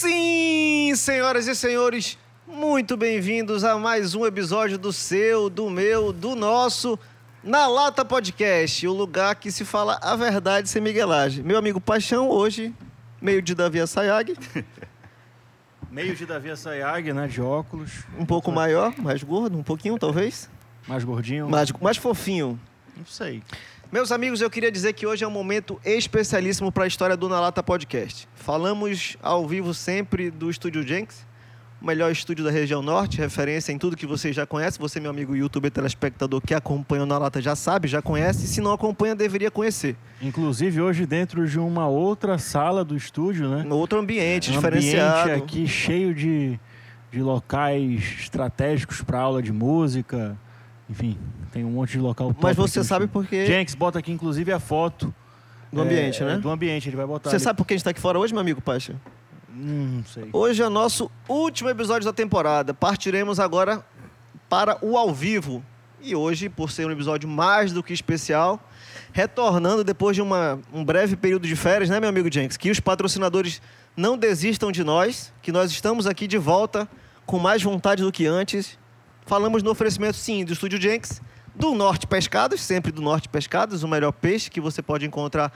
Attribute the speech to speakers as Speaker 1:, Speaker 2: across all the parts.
Speaker 1: Sim, senhoras e senhores, muito bem-vindos a mais um episódio do seu, do meu, do nosso Na Lata Podcast, o lugar que se fala a verdade sem miguelagem. Meu amigo Paixão, hoje, meio de Davi Assayag,
Speaker 2: Meio de Davi Sayag, né? De óculos. é
Speaker 1: um pouco maior, mais gordo, um pouquinho talvez,
Speaker 2: Mais gordinho.
Speaker 1: mais, mais fofinho.
Speaker 2: Não sei.
Speaker 1: Meus amigos, eu queria dizer que hoje é um momento especialíssimo para a história do Na Lata Podcast. Falamos ao vivo sempre do Estúdio Jenks, o melhor estúdio da região norte, referência em tudo que vocês já conhecem. Você, meu amigo youtuber telespectador que acompanha o Na Lata, já sabe, já conhece. Se não acompanha, deveria conhecer.
Speaker 2: Inclusive, hoje, dentro de uma outra sala do estúdio, né?
Speaker 1: Um Outro ambiente
Speaker 2: um
Speaker 1: diferenciado.
Speaker 2: ambiente aqui cheio de, de locais estratégicos para aula de música. Enfim, tem um monte de local. top
Speaker 1: Mas
Speaker 2: aqui
Speaker 1: você
Speaker 2: no
Speaker 1: sabe por
Speaker 2: estúdio.
Speaker 1: quê
Speaker 2: Jenks, bota aqui, inclusive, a foto.
Speaker 1: do
Speaker 2: é,
Speaker 1: ambiente, né?
Speaker 2: Do ambiente, ele vai botar.
Speaker 1: Você
Speaker 2: tá ali.
Speaker 1: sabe por que a gente está aqui fora hoje, meu amigo Pacha?
Speaker 2: Hum, não sei.
Speaker 1: Hoje é o nosso último episódio da temporada. Partiremos agora para o ao vivo. E hoje, por ser um episódio mais do que especial, retornando depois de uma- um breve período de férias, né, meu amigo Jenks? Que os patrocinadores não desistam de nós, que nós estamos aqui de volta com mais vontade do que antes. Falamos no oferecimento, sim, do Estúdio Jenks, do Norte Pescados, sempre do Norte Pescados, o melhor peixe que você pode encontrar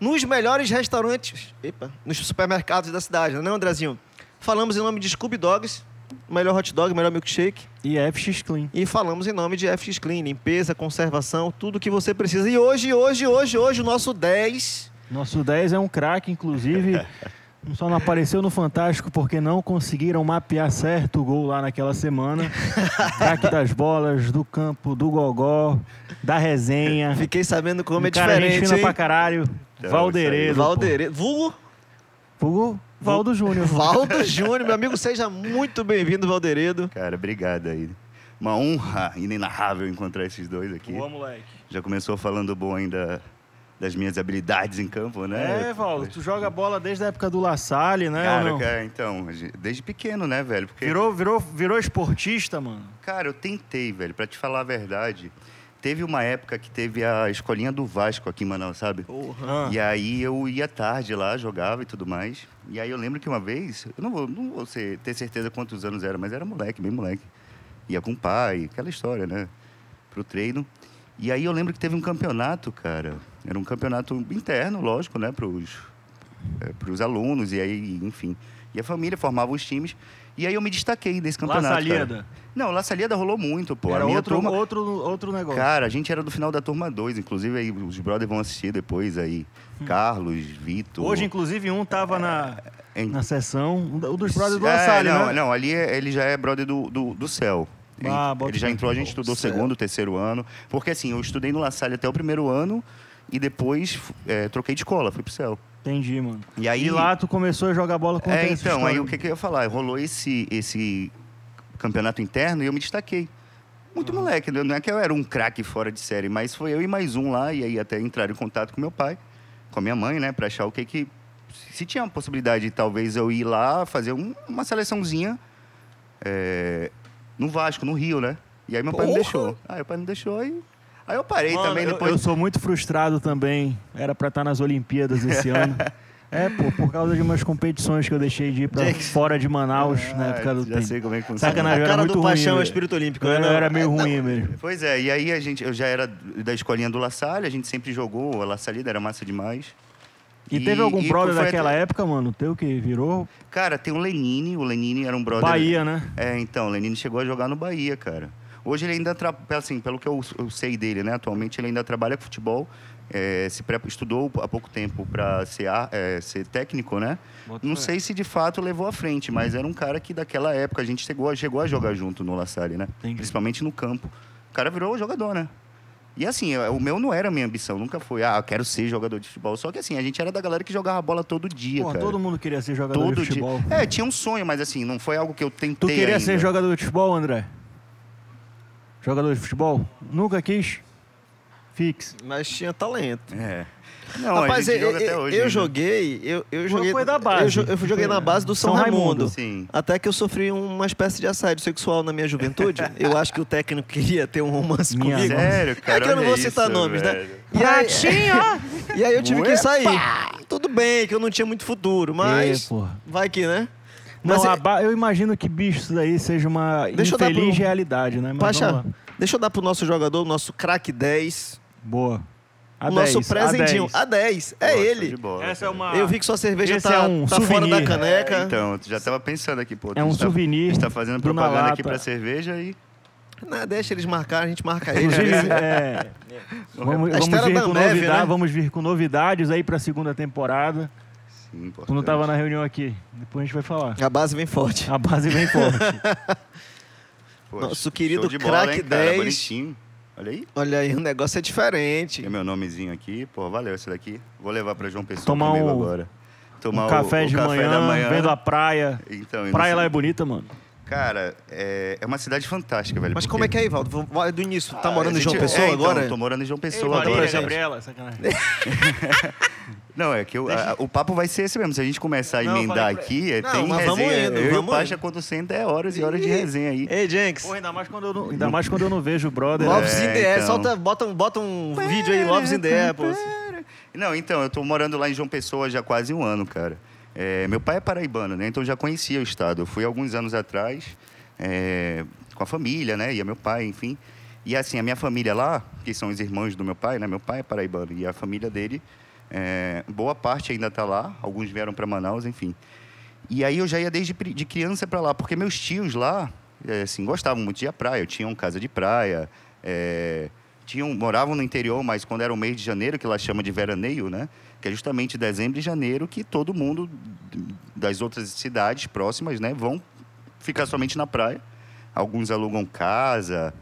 Speaker 1: nos melhores restaurantes, epa, nos supermercados da cidade, né, Andrezinho? Falamos em nome de Scooby Dogs, o melhor hot dog, o melhor milkshake.
Speaker 2: E FX Clean.
Speaker 1: E falamos em nome de FX Clean, limpeza, conservação, tudo que você precisa. E hoje, hoje, hoje, hoje, o nosso 10.
Speaker 2: Nosso 10 é um craque, inclusive. Só não apareceu no Fantástico porque não conseguiram mapear certo o gol lá naquela semana. Craque das bolas, do campo, do gogó, da resenha.
Speaker 1: Fiquei sabendo como é
Speaker 2: Um cara, gente
Speaker 1: diferente,
Speaker 2: fina
Speaker 1: hein?
Speaker 2: pra caralho.
Speaker 3: Então,
Speaker 2: Valderedo. pô.
Speaker 1: Valderedo. Vulgo
Speaker 2: Vulgo Valdo Júnior.
Speaker 1: Valdo Júnior, meu amigo, seja muito bem-vindo, Valderedo.
Speaker 3: Cara, obrigado aí. Uma honra inenarrável encontrar esses dois aqui.
Speaker 2: moleque.
Speaker 3: Já começou falando bom ainda das minhas habilidades em campo, né?
Speaker 2: É, Valdo, tu joga bola desde a época do La Salle, né? ou
Speaker 3: Cara,
Speaker 2: não?
Speaker 3: cara, então, desde pequeno, né, velho? Porque,
Speaker 2: Virou, virou, virou esportista, mano.
Speaker 3: cara, eu tentei, velho, pra te falar a verdade. Teve uma época que teve a escolinha do Vasco aqui em Manaus, sabe?
Speaker 2: Ah,
Speaker 3: E aí eu ia tarde lá, jogava e tudo mais. E aí eu lembro que uma vez, eu não vou, não vou ser- ter certeza quantos anos era, mas era moleque, bem moleque. Ia com o pai, aquela história, né? Pro treino. E aí eu lembro que teve um campeonato, cara. Era um campeonato interno, lógico, né? Pros, é, pros alunos, e aí, enfim. E a família formava os times. E aí eu me destaquei desse
Speaker 2: La
Speaker 3: campeonato. cara.
Speaker 2: Salida.
Speaker 3: Não, La Salida rolou muito, pô.
Speaker 2: Era
Speaker 3: a minha
Speaker 2: outro,
Speaker 3: turma...
Speaker 2: outro, outro negócio.
Speaker 3: Cara, a gente era do final da turma 2, inclusive aí os brothers vão assistir depois aí. Carlos, Vitor.
Speaker 2: Hum. Hoje, inclusive, um tava na,
Speaker 3: em-
Speaker 2: na sessão, um da- o dos brothers do
Speaker 3: É,
Speaker 2: Assale,
Speaker 3: não,
Speaker 2: né?
Speaker 3: não, ali é- ele já é brother do, do, do céu.
Speaker 2: Ah,
Speaker 3: ele
Speaker 2: bota
Speaker 3: ele já
Speaker 2: fé.
Speaker 3: entrou, a gente estudou
Speaker 1: Céu.
Speaker 3: segundo, terceiro ano. Porque assim, eu estudei no La Salle até o primeiro ano e depois f- é, troquei de escola, fui pro céu.
Speaker 2: Entendi, mano.
Speaker 3: E aí.
Speaker 2: E lá tu começou a jogar bola com
Speaker 3: É, então, aí o que, que eu ia falar? Rolou esse, esse campeonato interno e eu me destaquei. Muito
Speaker 2: Uhum.
Speaker 3: moleque, né? não é que eu era um craque fora de série, mas foi eu e mais um lá, e aí até entraram em contato com meu pai, com a minha mãe, né, pra achar o que que. Se tinha uma possibilidade, de, talvez eu ir lá fazer um- uma seleçãozinha é, no Vasco, no Rio, né? E aí meu pai não
Speaker 1: Porra!
Speaker 3: deixou. Aí meu pai não deixou e. Aí eu parei
Speaker 2: Mano,
Speaker 3: também
Speaker 2: eu-
Speaker 3: depois.
Speaker 2: Eu, sou muito frustrado também. Era pra estar nas Olimpíadas esse ano. É, pô, por causa de umas competições que eu deixei de ir pra fora de Manaus na
Speaker 3: Ah,
Speaker 2: época do
Speaker 3: já
Speaker 2: tempo.
Speaker 3: sei como é que funciona.
Speaker 1: A
Speaker 2: Sacanagem, eu era
Speaker 1: cara
Speaker 2: muito
Speaker 1: do
Speaker 2: ruim.
Speaker 1: Paixão é
Speaker 2: velho.
Speaker 1: espírito olímpico, né?
Speaker 2: eu,
Speaker 1: não?
Speaker 2: era meio ruim mesmo.
Speaker 3: Pois é, e aí a gente, eu já era da escolinha do La Salle, a gente sempre jogou, a La Salida era massa demais.
Speaker 2: E, teve algum
Speaker 3: e
Speaker 2: brother
Speaker 3: foi
Speaker 2: daquela
Speaker 3: até-
Speaker 2: época, mano, teu que virou
Speaker 3: Cara, tem o Lenine, o Lenine era um brother.
Speaker 2: Bahia, né?
Speaker 3: É, então, o Lenine chegou a jogar no Bahia, cara. Hoje ele ainda, tra... assim, pelo que eu, eu sei dele, né, atualmente ele ainda trabalha com futebol, é, se pré... estudou há pouco tempo para ser, a- é, ser técnico, né? Não sei se de fato levou à frente, mas era um cara que daquela época a gente chegou a, chegou a jogar junto no La Salle, né?
Speaker 2: Entendi.
Speaker 3: Principalmente no campo. O cara virou jogador, né? E assim, eu- o meu não era a minha ambição, nunca foi, ah, eu quero ser jogador de futebol. Só que assim, a gente era da galera que jogava bola todo dia,
Speaker 2: Pô,
Speaker 3: cara.
Speaker 2: todo mundo queria ser jogador
Speaker 3: todo
Speaker 2: de futebol.
Speaker 3: dia. É, tinha um sonho, mas assim, não foi algo que eu tentei
Speaker 2: Tu queria
Speaker 3: ainda.
Speaker 2: ser jogador de futebol, André? Jogador de futebol? Nunca quis? Fix.
Speaker 1: Mas tinha talento.
Speaker 3: É. Não,
Speaker 1: Rapaz,
Speaker 3: a
Speaker 1: eu,
Speaker 3: gente joga até
Speaker 1: eu-
Speaker 3: hoje. né?
Speaker 1: eu
Speaker 3: ainda.
Speaker 1: joguei. Eu, eu joguei.
Speaker 2: foi da base.
Speaker 1: Eu, jo- eu joguei na base do São,
Speaker 2: São
Speaker 1: Raimundo.
Speaker 2: Raimundo.
Speaker 3: Sim.
Speaker 1: Até que eu sofri uma espécie de assédio sexual na minha juventude. eu acho que o técnico queria ter um romance
Speaker 2: Minha
Speaker 1: comigo.
Speaker 3: Sério, cara.
Speaker 1: é que eu não
Speaker 3: olha
Speaker 1: vou citar
Speaker 3: isso,
Speaker 1: nomes, né?
Speaker 3: velho.
Speaker 1: E aí, E aí eu tive que
Speaker 3: Uepa!
Speaker 1: sair. Tudo bem, que eu não tinha muito futuro,
Speaker 2: É,
Speaker 1: mas.
Speaker 2: porra.
Speaker 1: vai que, né?
Speaker 2: Não,
Speaker 1: Mas,
Speaker 2: a ba- eu imagino que bicho isso daí seja uma
Speaker 1: Deixa eu dar
Speaker 2: infeliz
Speaker 1: pro-
Speaker 2: realidade, né? Mas
Speaker 1: Pacha,
Speaker 2: vamos lá.
Speaker 1: deixa eu dar pro nosso jogador, o nosso craque 10.
Speaker 2: Boa. A
Speaker 1: o nosso
Speaker 2: 10, a
Speaker 1: presentinho.
Speaker 2: 10.
Speaker 1: A 10. É
Speaker 3: Pô, show
Speaker 1: ele.
Speaker 3: de bola,
Speaker 2: Essa é
Speaker 3: cara.
Speaker 2: uma.
Speaker 1: Eu vi que sua cerveja
Speaker 2: Esse
Speaker 1: tá,
Speaker 2: é um
Speaker 1: tá fora da
Speaker 2: souvenir.
Speaker 1: caneca.
Speaker 3: É, então, tu já tava pensando aqui, pô.
Speaker 2: É um
Speaker 3: tu tá-
Speaker 2: souvenir
Speaker 3: A gente tá fazendo
Speaker 2: do Na
Speaker 3: propaganda aqui
Speaker 2: Lapa.
Speaker 3: pra cerveja e.
Speaker 1: Não, deixa eles marcar, a gente marca né? eles.
Speaker 2: Inclusive, é, vamos,
Speaker 1: A
Speaker 2: vamos
Speaker 1: Estela
Speaker 2: vir
Speaker 1: da
Speaker 2: com
Speaker 1: Ambev,
Speaker 2: novidades,
Speaker 1: né?
Speaker 2: vamos vir com novidades aí pra segunda temporada.
Speaker 3: Sim, importante.
Speaker 2: Tu não tava na reunião aqui. Depois a gente vai falar.
Speaker 1: A base vem forte.
Speaker 2: A base vem forte.
Speaker 3: Poxa,
Speaker 1: Nosso querido
Speaker 3: show de bola,
Speaker 1: craque
Speaker 3: hein, cara?
Speaker 1: 10.
Speaker 3: Bonitinho. Olha aí.
Speaker 1: Olha aí, o negócio é diferente.
Speaker 3: Tem meu nomezinho aqui. Pô, valeu esse daqui. Vou levar pra João Pessoa
Speaker 2: Tomar
Speaker 3: comigo
Speaker 2: um-
Speaker 3: agora. Tomar
Speaker 2: Um
Speaker 3: o-
Speaker 2: café
Speaker 3: o
Speaker 2: de
Speaker 3: café da
Speaker 2: manhã,
Speaker 3: manhã.
Speaker 2: vendo a praia.
Speaker 3: Então, eu não
Speaker 2: Praia
Speaker 3: sei-
Speaker 2: lá é bonita, mano.
Speaker 3: Cara, é, é uma cidade fantástica, velho.
Speaker 1: Mas
Speaker 3: porque-
Speaker 1: como é que é, Ivaldo? Vamos- Vai do início. Tá
Speaker 3: Ah,
Speaker 1: morando em
Speaker 3: a
Speaker 1: João
Speaker 3: gente-
Speaker 1: Pessoa
Speaker 3: é, então,
Speaker 1: agora?
Speaker 3: Tô morando em João Pessoa
Speaker 1: Ei, Marília,
Speaker 3: agora. gente.
Speaker 2: Gabriela, sacanagem.
Speaker 3: Não, é que eu- a- o papo vai ser esse mesmo. Se a gente começar a
Speaker 2: Não, eu
Speaker 3: emendar
Speaker 2: falei pra-
Speaker 3: aqui, é,
Speaker 1: Não,
Speaker 3: tem
Speaker 1: mas
Speaker 3: resenha.
Speaker 1: vamos indo,
Speaker 3: eu e o
Speaker 1: vamos
Speaker 3: Pacha,
Speaker 1: indo.
Speaker 3: quando senta, é horas e horas de
Speaker 1: Ih. é
Speaker 3: resenha aí.
Speaker 1: Ei, Jenks.
Speaker 2: Porra, ainda mais quando eu não, ainda mais quando eu não vejo o brother.
Speaker 1: Loves
Speaker 3: É,
Speaker 1: in the air.
Speaker 3: então.
Speaker 1: Solta, bota, um- bota um vídeo aí, Loves in the air, pô.
Speaker 3: Não, então, eu tô morando lá em João Pessoa já há quase um ano, cara. É, meu pai é paraibano, né? Então eu já conhecia o estado. Eu fui alguns anos atrás é, com a família, né? Ia meu pai, enfim. E assim, a minha família lá, que são os irmãos do meu pai, né? Meu pai é paraibano e a família dele, é, boa parte ainda tá lá. Alguns vieram para Manaus, enfim. E aí eu já ia desde pri- de criança para lá, porque meus tios lá, eh, assim, gostavam muito de ir à praia. Tinham casa de praia, eh, tinham, moravam no interior, mas quando era o mês de janeiro, que lá chama de veraneio, né? Que é justamente dezembro e janeiro que todo mundo d- das outras cidades próximas, né? Vão ficar somente na praia. Alguns alugam casa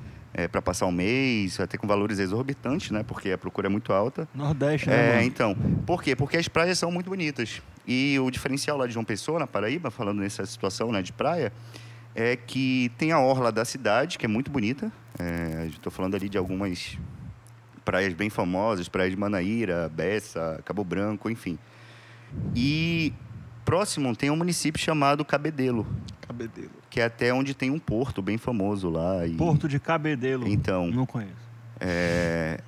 Speaker 3: para passar um mês, até com valores exorbitantes, né? Porque a procura é muito alta.
Speaker 2: Nordeste, né?
Speaker 3: É,
Speaker 2: mano?
Speaker 3: então. Por quê? Porque as praias são muito bonitas. E o diferencial lá de João Pessoa, na Paraíba, falando nessa situação né, de praia, é que tem a orla da cidade, que é muito bonita. Estou falando ali de algumas praias bem famosas, praias de Manaíra, Beça, Cabo Branco, enfim. E próximo tem um município chamado Cabedelo,
Speaker 1: Cabedelo.
Speaker 3: que é até onde tem um porto bem famoso lá. E...
Speaker 2: Porto de Cabedelo.
Speaker 3: Hum. Então,
Speaker 2: Não conheço.
Speaker 3: é,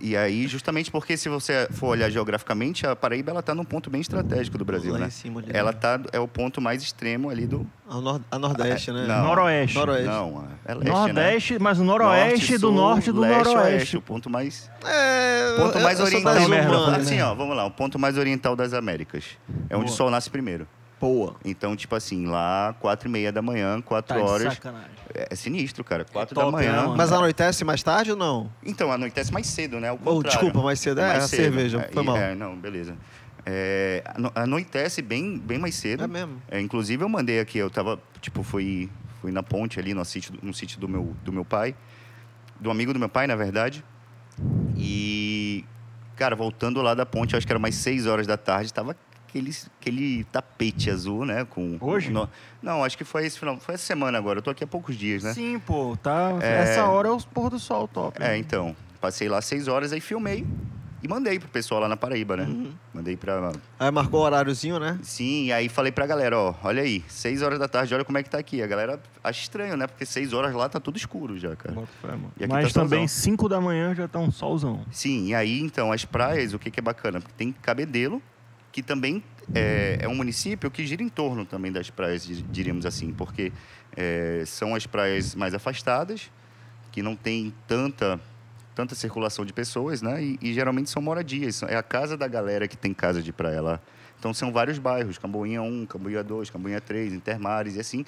Speaker 3: e aí, justamente porque se você for olhar geograficamente, a Paraíba ela está num ponto bem estratégico do Brasil,
Speaker 1: Lá
Speaker 3: né?
Speaker 1: em cima ali,
Speaker 3: Ela
Speaker 1: né?
Speaker 3: tá é o ponto mais extremo ali do
Speaker 1: A, nor- a Nordeste, né?
Speaker 3: É, Não.
Speaker 2: Noroeste.
Speaker 1: Noroeste.
Speaker 3: não, é leste, Ah, né?
Speaker 2: Nordeste, mas o noroeste do
Speaker 3: sul,
Speaker 2: norte do
Speaker 3: leste,
Speaker 2: noroeste.
Speaker 3: oeste, o ponto mais
Speaker 1: É,
Speaker 3: ponto mais
Speaker 1: eu, eu sou né?
Speaker 3: oriental,
Speaker 1: das
Speaker 2: da merda,
Speaker 1: humanas.
Speaker 2: falei
Speaker 3: assim, ó, vamos lá, o ponto mais oriental das Américas. É onde o
Speaker 2: Boa.
Speaker 3: sol nasce primeiro.
Speaker 1: Boa.
Speaker 3: Então, tipo assim, lá quatro e meia da manhã, quatro
Speaker 2: Tá de
Speaker 3: horas,
Speaker 2: sacanagem.
Speaker 3: é, é sinistro, cara. Quatro da
Speaker 2: top, né,
Speaker 3: manhã.
Speaker 2: mano?
Speaker 1: Mas anoitece mais tarde ou não?
Speaker 3: Então, anoitece mais cedo, né? Ao
Speaker 1: Ou,
Speaker 3: contrário.
Speaker 1: desculpa, mais cedo. É, a cerveja,
Speaker 3: É,
Speaker 1: foi
Speaker 3: e-
Speaker 1: mal.
Speaker 3: É, não, beleza. É, ano- anoitece bem, bem mais cedo.
Speaker 1: É mesmo.
Speaker 3: É, inclusive, eu mandei aqui, eu tava, tipo, fui, fui na ponte ali, no sítio, no sítio do, meu, do meu pai. Do amigo do meu pai, na verdade. E, cara, voltando lá da ponte, eu acho que era mais 6 horas da tarde, tava aquele, aquele tapete azul, né? Com,
Speaker 2: Hoje?
Speaker 3: no- não, acho que foi esse final, foi essa semana agora, eu tô aqui há poucos dias, né?
Speaker 2: Sim, pô, tá.
Speaker 3: É.
Speaker 2: Essa hora é o pôr do sol top. né?
Speaker 3: É, então. Passei lá seis horas, aí filmei e mandei pro pessoal lá na Paraíba, né? Mandei pra.
Speaker 1: Aí marcou o horáriozinho, né?
Speaker 3: Sim, e aí falei pra galera, ó, olha aí, seis horas da tarde, olha como é que tá aqui. A galera acha estranho, né? Porque seis horas lá tá tudo escuro já, cara.
Speaker 2: Bota fé, mano.
Speaker 3: E aqui
Speaker 2: Mas
Speaker 3: tá
Speaker 2: também
Speaker 3: solzão.
Speaker 2: 5 da manhã já tá um solzão.
Speaker 3: Sim, e aí então as praias, o que, que é bacana? Porque tem Cabedelo, que também é, é um município que gira em torno também das praias, di- diríamos assim, porque é, são as praias mais afastadas, que não tem tanta, tanta circulação de pessoas, né? E, e geralmente são moradias, são- é a casa da galera que tem casa de praia lá. Então são vários bairros, Camboinha 1, Camboinha 2, Camboinha 3, Intermares e assim.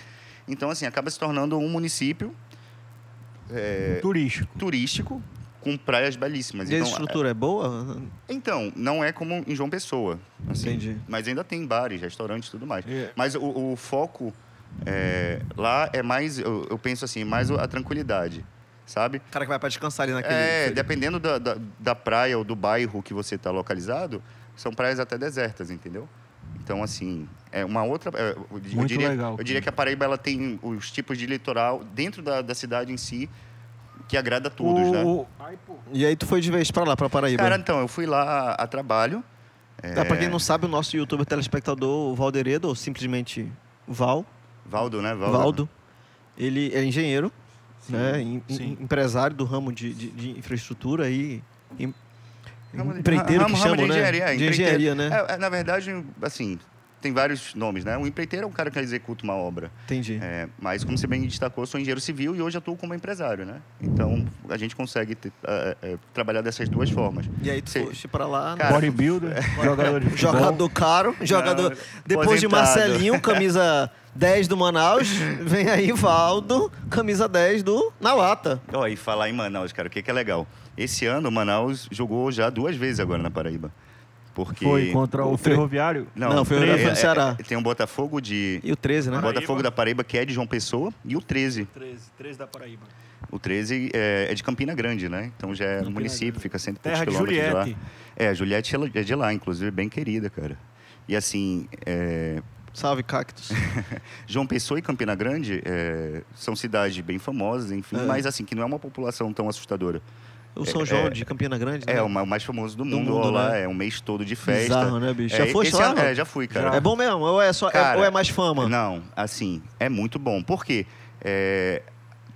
Speaker 3: Então, assim, acaba se tornando um município É.
Speaker 2: Turístico.
Speaker 3: turístico com praias belíssimas.
Speaker 1: E a
Speaker 3: Então,
Speaker 1: estrutura é boa?
Speaker 3: então, não é como em João Pessoa. assim.
Speaker 1: Entendi.
Speaker 3: Mas ainda tem bares, restaurantes e tudo mais.
Speaker 2: É.
Speaker 3: Mas o, o foco é, lá é mais, eu, eu penso assim, mais a tranquilidade, sabe?
Speaker 1: O cara que vai pra descansar ali naquele...
Speaker 3: É, dependendo da, da, da praia ou do bairro que você está localizado, são praias até desertas, entendeu? Então, assim, é uma outra. é, Eu, eu
Speaker 2: Muito
Speaker 3: diria,
Speaker 2: legal,
Speaker 3: Eu diria
Speaker 2: cara.
Speaker 3: que a Paraíba ela tem os tipos de litoral dentro da, da cidade em si que agrada a todos, né?
Speaker 2: O-
Speaker 1: E aí tu foi de vez pra lá, pra Paraíba.
Speaker 3: Cara, então, eu fui lá a trabalho.
Speaker 1: É, pra quem não sabe, o nosso youtuber telespectador, o Valderedo, ou simplesmente Val,
Speaker 3: Valdo, né?
Speaker 1: Valdo, ele é engenheiro, né, em- em-
Speaker 2: sim.
Speaker 1: empresário do ramo de, de- de infraestrutura e em-
Speaker 3: Ramo de-
Speaker 1: Empreiteiro
Speaker 3: ra-
Speaker 1: que
Speaker 3: ramo-
Speaker 1: chamam,
Speaker 3: ramo de
Speaker 1: né?
Speaker 3: engenharia. é,
Speaker 1: De
Speaker 3: empreiteiro.
Speaker 1: engenharia, né?
Speaker 3: É, é, na verdade, assim, tem vários nomes, né? O empreiteiro é um cara que executa uma obra.
Speaker 1: Entendi.
Speaker 3: É, mas, como você bem destacou, eu sou engenheiro civil e hoje atuo como empresário, né? Então, a gente consegue ter- é, é, trabalhar dessas duas formas.
Speaker 1: E aí tu
Speaker 3: Cê-
Speaker 1: foste pra lá.
Speaker 3: Cara, é.
Speaker 2: Bodybuilder, jogador de futebol.
Speaker 1: Jogador caro, jogador. Depois de
Speaker 3: aposentado.
Speaker 1: Marcelinho, camisa 10 do Manaus, vem aí Valdo, camisa 10 do Na Lata.
Speaker 3: Ó, e falar em Manaus, cara, o que, que é legal? Esse ano, o Manaus jogou já duas vezes agora na Paraíba. Porque...
Speaker 2: Foi contra o,
Speaker 1: o tre-
Speaker 2: Ferroviário.
Speaker 1: Não, foi o-
Speaker 3: é-
Speaker 1: foi do
Speaker 3: é-
Speaker 1: Ceará.
Speaker 3: é- tem o Botafogo de...
Speaker 1: E o 13, né?
Speaker 2: Paraíba.
Speaker 3: Botafogo da Paraíba, que é de João Pessoa, e o 13.
Speaker 2: 13, 13 da Paraíba.
Speaker 3: O 13 é, é de Campina Grande, né? Então já é
Speaker 2: Campina
Speaker 3: município,
Speaker 2: Grande.
Speaker 3: fica cento e poucos
Speaker 2: Terra de
Speaker 3: quilômetros de lá.
Speaker 2: Juliette.
Speaker 3: É, a Juliette ela é de lá, inclusive, bem querida, cara. E assim, é,
Speaker 1: Salve, Cactus.
Speaker 3: João Pessoa e Campina Grande é, são cidades bem famosas, enfim,
Speaker 1: É.
Speaker 3: mas assim, que não é uma população tão assustadora.
Speaker 1: O São João de Campina Grande.
Speaker 3: É,
Speaker 1: né?
Speaker 3: o ma- o mais famoso do mundo,
Speaker 1: mundo,
Speaker 3: lá,
Speaker 1: né?
Speaker 3: é um mês todo de festa.
Speaker 1: Bizarro, né, bicho? Já
Speaker 3: É,
Speaker 1: foste
Speaker 3: esse
Speaker 1: lá,
Speaker 3: ano-
Speaker 1: mano?
Speaker 3: É, já fui, cara.
Speaker 2: Já.
Speaker 1: É bom mesmo? Ou é, só, é-
Speaker 3: Cara,
Speaker 1: ou é mais fama?
Speaker 3: Não, assim, é muito bom. Por quê? É,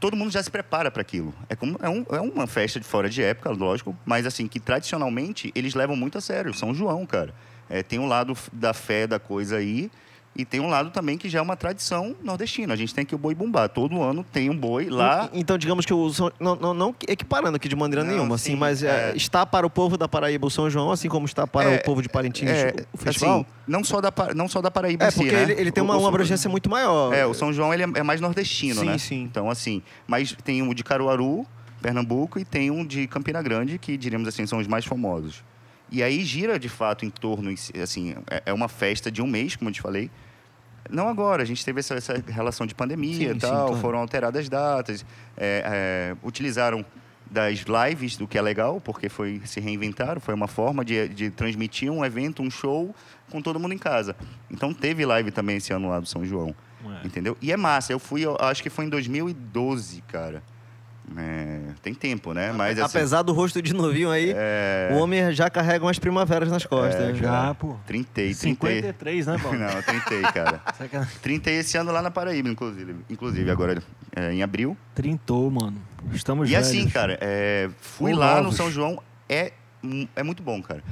Speaker 3: todo mundo já se prepara para aquilo. É, como, é, um- é uma festa de fora de época, lógico, mas assim, que tradicionalmente eles levam muito a sério. São João, cara. É, tem um lado f- da fé da coisa aí. E tem um lado também que já é uma tradição nordestina. A gente tem aqui o boi bumbá. Todo ano tem um boi lá.
Speaker 1: Então, digamos que o São... não, não, não equiparando aqui de maneira
Speaker 3: Não,
Speaker 1: nenhuma, assim,
Speaker 3: sim,
Speaker 1: mas é,
Speaker 3: é.
Speaker 1: está para o povo da Paraíba o São João, assim como está para
Speaker 3: É,
Speaker 1: o povo de Parintins
Speaker 3: É,
Speaker 1: o festival?
Speaker 3: assim, não só da, Pa- não só da Paraíba
Speaker 1: é,
Speaker 3: em si,
Speaker 1: porque
Speaker 3: né?
Speaker 1: ele, ele tem
Speaker 3: O-
Speaker 1: uma,
Speaker 3: o-
Speaker 1: uma abrangência muito maior.
Speaker 3: É, o São João ele é, é mais nordestino,
Speaker 1: Sim,
Speaker 3: né?
Speaker 1: sim.
Speaker 3: Então, assim, mas tem um de Caruaru, Pernambuco, e tem um de Campina Grande, que diríamos assim, são os mais famosos. E aí gira, de fato, em torno, assim, é- é uma festa de um mês, como eu te falei. Não agora, a gente teve essa, essa relação de pandemia
Speaker 1: Sim,
Speaker 3: e
Speaker 1: sim,
Speaker 3: tal,
Speaker 1: claro.
Speaker 3: foram alteradas datas, é, é, utilizaram das lives, do que é legal, porque foi se reinventaram, foi uma forma de, de transmitir um evento, um show, com todo mundo em casa. Então teve live também esse ano lá do São João. Entendeu? E é massa. Eu fui, eu acho que foi em 2012, cara. É, tem tempo, né? Mas assim, É,
Speaker 1: Apesar do rosto de novinho aí, o homem já carrega umas primaveras nas costas.
Speaker 3: Então,
Speaker 1: né?
Speaker 3: é.
Speaker 2: Já, pô.
Speaker 3: 30, 30.
Speaker 2: 53, né, Paulo?
Speaker 3: Não, 30, cara.
Speaker 2: é?
Speaker 3: 30 esse ano lá na Paraíba, inclusive, inclusive agora é, em abril.
Speaker 2: Trintou, mano. Estamos
Speaker 3: E
Speaker 2: velhos.
Speaker 3: assim, cara, é, fui
Speaker 2: Ou
Speaker 3: lá
Speaker 2: novos.
Speaker 3: no São João, é, mu- é muito bom, cara.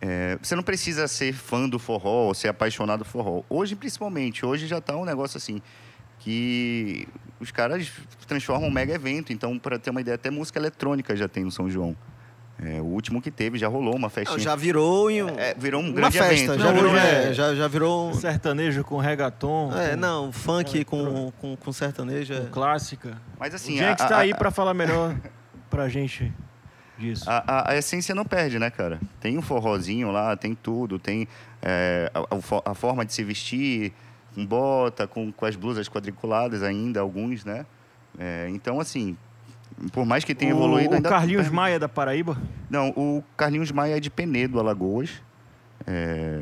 Speaker 3: É, você não precisa ser fã do forró ou ser apaixonado por forró. Hoje, principalmente, hoje já tá um negócio assim que os caras transformam um mega evento. Então, para ter uma ideia, até música eletrônica já tem no São João. É, o último que teve já rolou uma
Speaker 1: Não,
Speaker 3: festinha.
Speaker 1: já virou em um-
Speaker 3: É, virou um
Speaker 1: uma
Speaker 3: grande
Speaker 1: festa.
Speaker 3: evento. um
Speaker 1: Já,
Speaker 2: Não,
Speaker 1: virou,
Speaker 2: hoje
Speaker 1: é,
Speaker 2: é-
Speaker 1: já, já virou.
Speaker 2: Sertanejo com reggaeton.
Speaker 1: É,
Speaker 2: com-
Speaker 1: não, funk com, com, com sertanejo. é-
Speaker 2: com clássica.
Speaker 3: Mas assim,
Speaker 2: o Jenks
Speaker 3: a-
Speaker 2: tá
Speaker 3: a-
Speaker 2: aí pra falar melhor pra gente disso.
Speaker 3: A, a- a essência não perde, né, cara? Tem um forrozinho lá, tem tudo, tem é, a, a fo- a forma de se vestir, com bota, com, com as blusas quadriculadas ainda, alguns, né? É, então, assim, por mais que tenha
Speaker 2: O-
Speaker 3: evoluído...
Speaker 2: o,
Speaker 3: ainda né?
Speaker 2: Carlinhos Maia da Paraíba.
Speaker 3: Não, o Carlinhos Maia é de Penedo, Alagoas. É,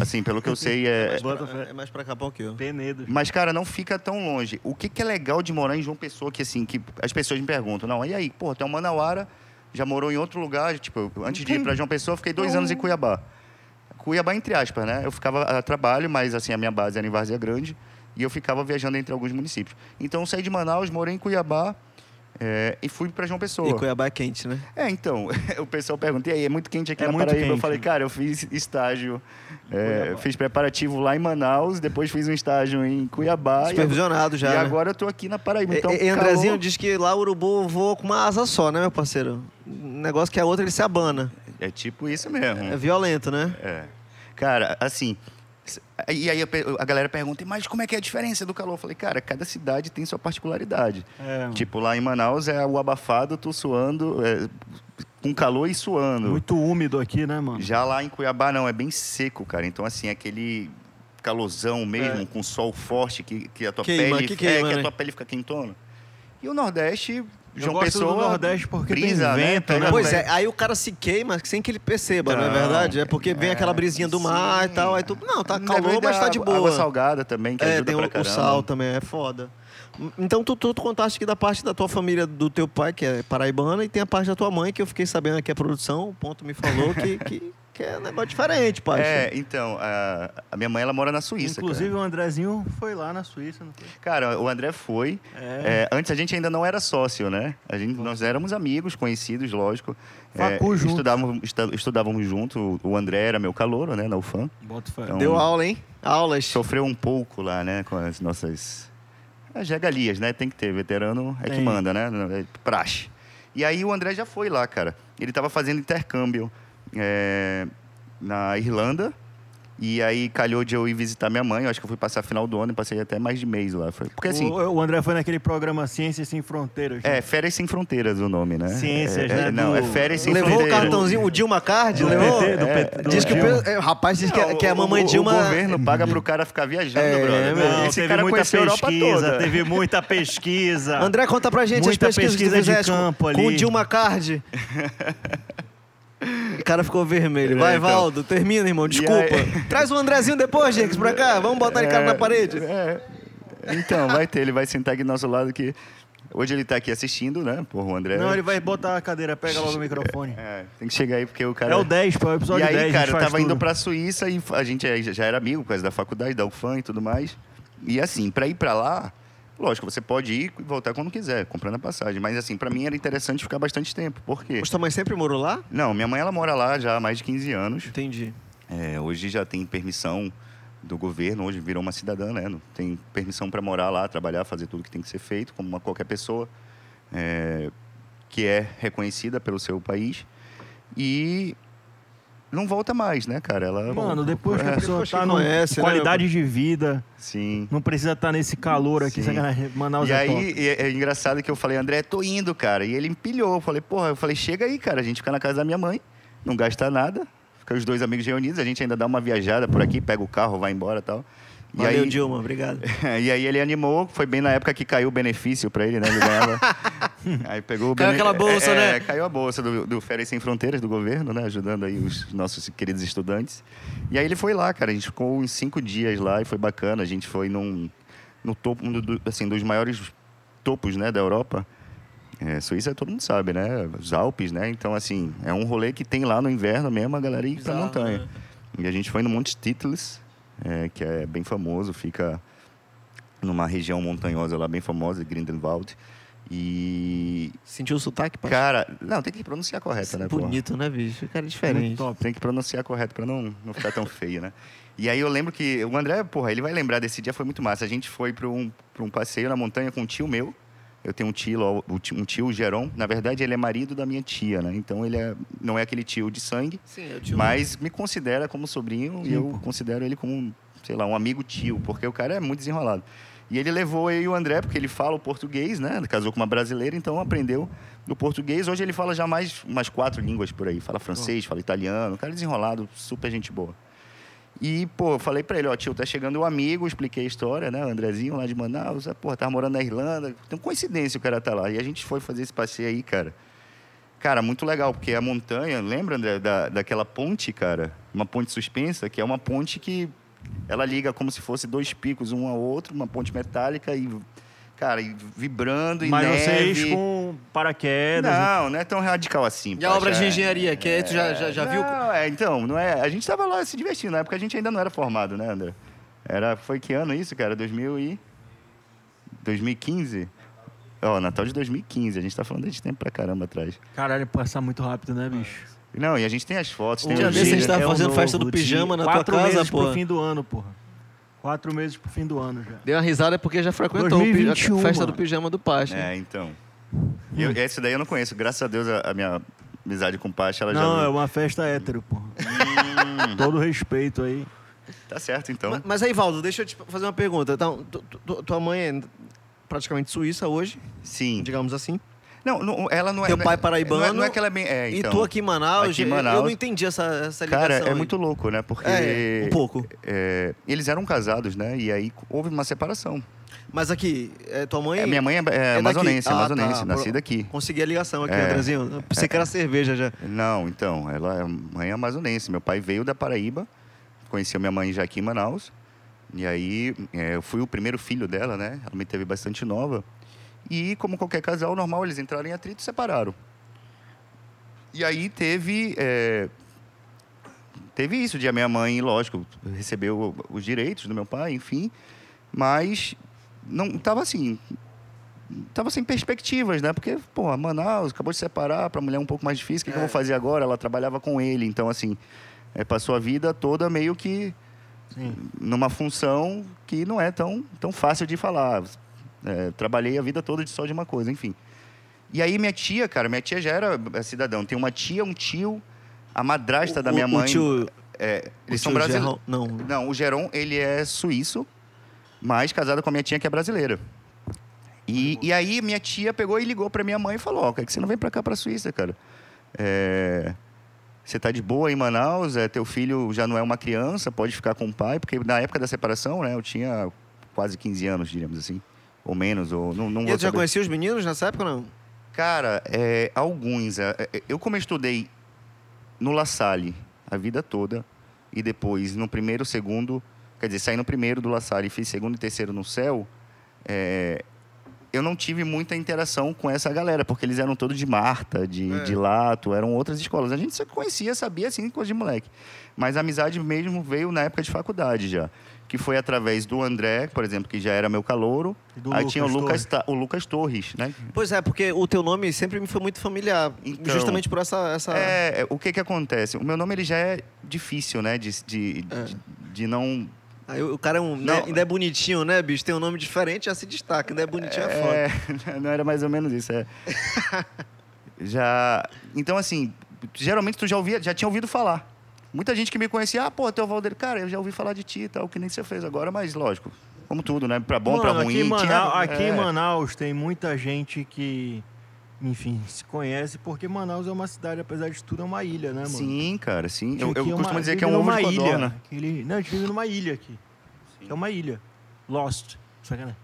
Speaker 3: assim, pelo que eu sei, é...
Speaker 1: é pra- é mais pra Capão que eu.
Speaker 2: Penedo.
Speaker 3: Mas, cara, não fica tão longe. O que, que é legal de morar em João Pessoa, que assim, que as pessoas me perguntam, não, e aí, pô, tem um Manauara, já morou em outro lugar, tipo, eu- antes de ir pra João Pessoa, eu fiquei dois anos em Cuiabá. Cuiabá, entre aspas, né? Eu ficava a trabalho, mas assim, a minha base era em Várzea Grande, e eu ficava viajando entre alguns municípios. Então, eu saí de Manaus, morei em Cuiabá, é, e fui pra João Pessoa.
Speaker 1: E Cuiabá é quente, né?
Speaker 3: É, então, o pessoal pergunta, e aí, é muito quente aqui
Speaker 2: É
Speaker 3: na
Speaker 2: muito
Speaker 3: Paraíba? Eu
Speaker 2: quente.
Speaker 3: falei, cara, eu fiz estágio, é, fiz preparativo lá em Manaus, depois fiz um estágio em Cuiabá. e agora-
Speaker 1: Supervisionado já.
Speaker 3: e
Speaker 1: né?
Speaker 3: agora eu tô aqui na Paraíba. Então,
Speaker 1: E- e Andrezinho
Speaker 3: calor-
Speaker 1: diz que lá o urubu voa com uma asa só, né, meu parceiro? Um negócio que a outra ele se abana.
Speaker 3: É tipo isso mesmo.
Speaker 1: É violento, né?
Speaker 3: É. Cara, assim. s- E aí a pe- a galera pergunta, mas como é que é a diferença do calor? Eu falei, cara, cada cidade tem sua particularidade.
Speaker 2: É,
Speaker 1: Hum.
Speaker 3: Tipo, lá em Manaus é o abafado, tu suando, é, com calor e suando.
Speaker 2: muito úmido aqui, né,
Speaker 1: Uhum.
Speaker 2: mano?
Speaker 3: Já lá em Cuiabá não, é bem seco, cara. Então, assim, aquele calozão mesmo, com sol forte, que, que a tua
Speaker 1: É. Queima,
Speaker 3: pele.
Speaker 1: que queima,
Speaker 3: é, que
Speaker 1: né?
Speaker 3: a tua pele fica quentona. E o Nordeste, João
Speaker 2: gosto do
Speaker 3: Pessoa.
Speaker 2: Nordeste porque tem
Speaker 3: brisa,
Speaker 2: vento,
Speaker 3: né?
Speaker 2: né?
Speaker 3: Pega-
Speaker 1: Pois é, aí o cara se queima sem que ele perceba, não é
Speaker 3: Não,
Speaker 1: verdade? É porque vem
Speaker 3: é,
Speaker 1: aquela brisinha do mar e
Speaker 3: sim.
Speaker 1: tal, aí tu, não, tá
Speaker 3: Não
Speaker 1: calor,
Speaker 3: lembra
Speaker 1: mas tá
Speaker 3: da
Speaker 1: de
Speaker 3: água- Água
Speaker 1: boa.
Speaker 3: salgada também, que
Speaker 1: É,
Speaker 3: ajuda
Speaker 1: tem
Speaker 3: pra
Speaker 1: o, o
Speaker 3: caramba.
Speaker 1: sal também, é foda. M- Então tu, tu, tu contaste aqui da parte da tua família, do teu pai, que é paraibana, e tem a parte da tua mãe, que eu fiquei sabendo aqui a produção, o ponto me falou que, que que é um negócio diferente, pai.
Speaker 3: É, então, a, a minha mãe ela mora na Suíça.
Speaker 2: Inclusive, o
Speaker 3: cara.
Speaker 2: Andrezinho foi lá na Suíça, não foi?
Speaker 3: Cara, o André foi.
Speaker 1: É.
Speaker 3: É, antes a gente ainda não era sócio, né? A gente, nós éramos amigos, conhecidos, lógico. É,
Speaker 2: Facu junto.
Speaker 3: Estudávamos, estu- estudávamos junto. O André era meu calouro, né? Na UFAM.
Speaker 2: Bota fé.
Speaker 3: Então,
Speaker 1: Deu aula, hein? Aulas.
Speaker 3: Sofreu um pouco lá, né? Com as nossas... As regalias, né? Tem que ter. Veterano é que
Speaker 2: Tem.
Speaker 3: manda, né? É praxe. E aí o André já foi lá, cara. Ele estava fazendo intercâmbio é, na Irlanda. E aí calhou de eu ir visitar minha mãe. Eu acho que eu fui passar final do ano e passei até mais de mês lá. Foi- Porque assim...
Speaker 2: o, o André foi naquele programa Ciências Sem Fronteiras.
Speaker 3: É, Férias Sem Fronteiras o nome, né?
Speaker 2: Ciências,
Speaker 3: é,
Speaker 2: né,
Speaker 3: é, Não,
Speaker 2: do-
Speaker 3: é Férias Sem
Speaker 1: levou o
Speaker 3: Fronteiras.
Speaker 1: cartãozinho, o Dilma Card,
Speaker 2: Do
Speaker 1: levou?
Speaker 2: PT, do
Speaker 1: É.
Speaker 2: PT, do
Speaker 1: diz que o
Speaker 2: Dilma.
Speaker 1: pe- é, rapaz diz que,
Speaker 3: Não,
Speaker 1: é- que a
Speaker 3: o-
Speaker 1: mamãe
Speaker 3: o-
Speaker 1: Dilma.
Speaker 3: O governo paga
Speaker 2: Uhum.
Speaker 3: pro cara ficar viajando,
Speaker 1: É, meu.
Speaker 3: brother.
Speaker 2: Não,
Speaker 3: Esse
Speaker 2: teve
Speaker 3: cara
Speaker 2: muita
Speaker 3: conheceu a Europa
Speaker 2: pesquisa,
Speaker 3: toda.
Speaker 2: teve muita pesquisa.
Speaker 1: André, conta pra gente
Speaker 2: Muita
Speaker 1: as pesquisas
Speaker 2: pesquisa
Speaker 1: que
Speaker 2: de
Speaker 1: tu fizeste com-
Speaker 2: campo ali.
Speaker 1: com o Dilma Card. O cara ficou vermelho. Vai,
Speaker 3: É, então.
Speaker 1: Valdo, termina, irmão. Desculpa.
Speaker 3: aí-
Speaker 1: Traz o Andrezinho depois, Jenkins, pra cá. Vamos botar ele cara na parede.
Speaker 3: É. Então, vai ter, ele vai sentar aqui do nosso lado que hoje ele tá aqui assistindo, né? Porra, o André.
Speaker 2: Não, ele vai botar a cadeira, pega logo o microfone.
Speaker 3: É, tem que chegar aí porque o cara
Speaker 2: É o 10, pô, é o
Speaker 3: E
Speaker 2: episódio
Speaker 3: aí,
Speaker 2: 10. a gente
Speaker 3: cara, eu
Speaker 2: faz
Speaker 3: tava indo
Speaker 2: tudo.
Speaker 3: pra Suíça e a gente aí já era amigo por causa da faculdade, da UFAM e tudo mais. E assim, pra ir pra lá, lógico, você pode ir e voltar quando quiser, comprando a passagem. Mas assim, pra mim era interessante ficar bastante tempo. Por quê?
Speaker 1: Mas tua mãe sempre morou lá?
Speaker 3: Não, minha mãe ela mora lá já há mais de 15 anos.
Speaker 1: Entendi.
Speaker 3: É, hoje já tem permissão do governo, hoje virou uma cidadã, né? Não Tem permissão para morar lá, trabalhar, fazer tudo que tem que ser feito, como uma qualquer pessoa é, que é reconhecida pelo seu país. E não volta mais, né, cara? Ela
Speaker 2: Mano, depois que a
Speaker 3: É,
Speaker 2: pessoa
Speaker 1: Depois que
Speaker 2: tá numa
Speaker 1: conhece, né,
Speaker 2: qualidade de vida,
Speaker 3: sim.
Speaker 2: não precisa estar nesse calor aqui,
Speaker 3: Sim.
Speaker 2: sacanagem, Manaus
Speaker 3: E
Speaker 2: é
Speaker 3: aí,
Speaker 2: top.
Speaker 3: e é, é engraçado que eu falei, André, tô indo, cara. E ele empilhou. Eu falei, porra, eu falei, chega aí, cara. A gente fica na casa da minha mãe, não gasta nada. Fica os dois amigos reunidos, a gente ainda dá uma viajada por aqui, pega o carro, vai embora e tal. E
Speaker 1: Valeu,
Speaker 3: aí,
Speaker 1: Dilma. Obrigado.
Speaker 3: e aí ele animou, foi bem na época que caiu o benefício pra ele, né? Ele ganhava. aí pegou o
Speaker 1: Caiu
Speaker 3: bene-
Speaker 1: aquela bolsa,
Speaker 3: é,
Speaker 1: né?
Speaker 3: é, caiu a bolsa do, do Férias Sem Fronteiras do governo, né? Ajudando aí os nossos queridos estudantes. E aí ele foi lá, cara. A gente ficou uns cinco dias lá e foi bacana. A gente foi num, no topo, um do- do- assim, dos maiores topos, né? Da Europa. É, Suíça todo mundo sabe, né? Os Alpes, né? Então, assim, é um rolê que tem lá no inverno mesmo a galera ir pra
Speaker 1: Bizarro,
Speaker 3: montanha.
Speaker 1: né?
Speaker 3: E a gente foi no Monte Titlis, é, que é bem famoso, fica numa região montanhosa lá bem famosa, Grindelwald. E.
Speaker 1: Sentiu o sotaque, pai?
Speaker 3: Cara, não, tem que pronunciar correto, né? porra?
Speaker 1: Bonito, né, bicho? Cara, é
Speaker 2: Muito
Speaker 1: diferente.
Speaker 2: top.
Speaker 3: Tem que pronunciar correto pra não, não ficar tão feio, né? E aí eu lembro que o André, porra, ele vai lembrar desse dia, foi muito massa. A gente foi pra um, pra um passeio na montanha com um tio meu. Eu tenho um tio, lá, o ti- um tio, o Geron. Na verdade, ele é marido da minha tia, né? Então ele é, não é aquele tio de sangue,
Speaker 1: Sim, é eu te
Speaker 3: mas me considera como sobrinho e eu considero ele como, sei lá, um amigo tio, porque o cara é muito desenrolado. E ele levou eu e o André, porque ele fala o português, né? Ele Casou com uma brasileira, então aprendeu do português. Hoje ele fala já mais umas quatro línguas por aí. Fala francês, fala italiano. O cara é desenrolado, super gente boa. E, pô, eu falei pra ele, ó, tio, tá chegando um amigo, expliquei a história, né? O Andrezinho lá de Manaus, ah, porra, tava morando na Irlanda. Então, coincidência o cara tá lá. E a gente foi fazer esse passeio aí, cara. Cara, muito legal, porque a montanha, lembra André, da, daquela ponte, cara? Uma ponte suspensa, que é uma ponte que ela liga como se fosse dois picos um ao outro, uma ponte metálica e, cara, e vibrando e
Speaker 2: Mas
Speaker 3: neve.
Speaker 2: vocês com né? paraquedas.
Speaker 3: Não, não é tão radical assim.
Speaker 1: E a
Speaker 3: pô,
Speaker 1: obra
Speaker 3: já
Speaker 1: de
Speaker 3: é-
Speaker 1: engenharia, que aí tu já, já, já
Speaker 3: não,
Speaker 1: viu?
Speaker 3: é, então, não é. A gente tava lá se divertindo. Na época a gente ainda não era formado, né, André? Era, foi que ano isso, cara? 2000 e... 2015? Ó, Natal de 2015. A gente tá falando de tempo pra caramba atrás.
Speaker 2: Caralho, é passar muito rápido, né, bicho? É
Speaker 3: Não, e a gente tem as fotos. Tem
Speaker 1: Um dia
Speaker 3: os
Speaker 1: desse a
Speaker 3: vídeos.
Speaker 1: gente tava
Speaker 2: o
Speaker 1: fazendo festa do
Speaker 2: o
Speaker 1: pijama na tua
Speaker 2: Quatro
Speaker 1: casa,
Speaker 2: meses
Speaker 1: porra.
Speaker 2: pro fim do ano, porra. Quatro meses pro fim do ano já.
Speaker 1: Deu uma risada porque já frequentou o pi-
Speaker 2: 2021,
Speaker 1: a festa do
Speaker 2: mano.
Speaker 1: pijama do Pacha.
Speaker 3: É, então. Eu, esse daí eu não conheço. Graças a Deus a, a minha amizade com o Pacha, ela
Speaker 2: Não, é
Speaker 3: já... viu.
Speaker 2: uma festa hétero, porra.
Speaker 3: Hum.
Speaker 2: Todo respeito aí.
Speaker 3: Tá certo, então.
Speaker 1: Ma- Mas aí, Valdo, deixa eu te fazer uma pergunta. Então, tu- tu- tu- tua mãe é praticamente suíça hoje,
Speaker 3: Sim.
Speaker 1: digamos assim.
Speaker 3: Não, não, ela não é...
Speaker 1: Teu
Speaker 3: não é-
Speaker 1: pai paraibano.
Speaker 3: Não é, não é que ela é bem... É, então.
Speaker 1: e tu aqui em Manaus,
Speaker 3: Aqui em
Speaker 1: eu- eu
Speaker 3: Manaus.
Speaker 1: não entendi essa, essa ligação.
Speaker 3: Cara, é
Speaker 1: aí.
Speaker 3: muito louco, né? Porque...
Speaker 1: É, um pouco.
Speaker 3: é, eles eram casados, né? E aí houve uma separação.
Speaker 1: Mas aqui, é, tua mãe.
Speaker 3: É, minha mãe é, é
Speaker 1: daqui?
Speaker 3: amazonense,
Speaker 1: Ah,
Speaker 3: amazonense,
Speaker 1: tá.
Speaker 3: nascida
Speaker 1: Pro-
Speaker 3: aqui.
Speaker 1: Consegui a ligação aqui,
Speaker 3: É.
Speaker 1: Andrezinho. Pensei que era cerveja já.
Speaker 3: Não, então, ela é mãe é amazonense. Meu pai veio da Paraíba, conheceu minha mãe já aqui em Manaus. E aí, é, eu fui o primeiro filho dela, né? Ela me teve bastante nova. E, como qualquer casal normal, eles entraram em atrito e separaram. E aí teve. é, teve isso de a minha mãe, lógico, recebeu os direitos do meu pai, enfim, mas não tava assim, tava sem perspectivas, né? Porque, pô, Manaus acabou de separar para mulher é um pouco mais difícil, o que, que eu vou fazer agora? Ela trabalhava com ele, então assim, é, passou a vida toda meio que numa função que não é tão, tão fácil de falar. É, trabalhei a vida toda de só de uma coisa, enfim. E aí minha tia, cara, minha tia já era é, cidadão. Tem uma tia, um tio, a madrasta da
Speaker 1: O-
Speaker 3: minha
Speaker 1: o
Speaker 3: mãe.
Speaker 1: tio-
Speaker 3: é, eles
Speaker 1: o
Speaker 3: são
Speaker 1: tio
Speaker 3: brasileiros.
Speaker 1: Gerron- não.
Speaker 3: Não, o Geron, ele é suíço, mas casado com a minha tia que é brasileira. E, e aí minha tia pegou e ligou pra minha mãe e falou: "Ó, cara, que você não vem pra cá pra Suíça, cara. É, Você tá de boa em Manaus, é, teu filho já não é uma criança, pode ficar com o pai, porque na época da separação, né, eu tinha quase 15 anos, diríamos assim, ou menos, ou não, não
Speaker 1: E
Speaker 3: vou
Speaker 1: tu já
Speaker 3: saber.
Speaker 1: conhecia os meninos nessa época, não?
Speaker 3: Cara, é, alguns. é, é, eu como eu estudei no La Salle a vida toda e depois no primeiro, segundo, quer dizer, saí no primeiro do La Salle e fiz segundo e terceiro no Céu, é, eu não tive muita interação com essa galera, porque eles eram todos de Marta, de,
Speaker 1: É.
Speaker 3: de Lato, eram outras escolas. A gente se conhecia, sabia, assim, coisa de moleque. Mas a amizade mesmo veio na época de faculdade já, que foi através do André, por exemplo, que já era meu calouro.
Speaker 2: E do
Speaker 3: Aí tinha o
Speaker 2: Lucas
Speaker 3: Lucas, Ta- o Lucas Torres, né?
Speaker 1: Pois é, porque o teu nome sempre me foi muito familiar.
Speaker 3: Então.
Speaker 1: justamente por essa.
Speaker 2: Tá.
Speaker 1: essa...
Speaker 3: É, é, o que que acontece? O meu nome ele já é difícil, né? De, de,
Speaker 2: É.
Speaker 3: de, de não.
Speaker 1: Aí o o cara é um, né,
Speaker 3: Não.
Speaker 1: ainda é bonitinho, né, bicho? Tem um nome diferente, já se destaca. Ainda é bonitinho, é, foda.
Speaker 3: É, não era mais ou menos isso. É. já. Então, assim, geralmente tu já ouvia, já tinha ouvido falar. Muita gente que me conhecia, ah, pô, teu Valdir, cara, eu já ouvi falar de ti e tal, que nem você fez agora, mas lógico, como tudo, né? Pra bom, pra
Speaker 2: Mano,
Speaker 3: ruim.
Speaker 2: Aqui, em
Speaker 3: tinha-
Speaker 2: Manau- aqui em
Speaker 3: é.
Speaker 2: Manaus tem muita gente que, enfim, se conhece, porque Manaus é uma cidade, apesar de tudo, é uma ilha, né, mano?
Speaker 3: Sim, cara, sim.
Speaker 2: Gente,
Speaker 3: Eu,
Speaker 2: aqui
Speaker 3: eu
Speaker 2: é
Speaker 3: costumo
Speaker 2: uma-
Speaker 3: dizer que é
Speaker 2: vive
Speaker 3: um ovo
Speaker 2: numa
Speaker 3: de
Speaker 2: ilha.
Speaker 3: codorna.
Speaker 2: Aquele- não, a gente vive numa ilha aqui. É uma ilha. Lost. Sacanagem.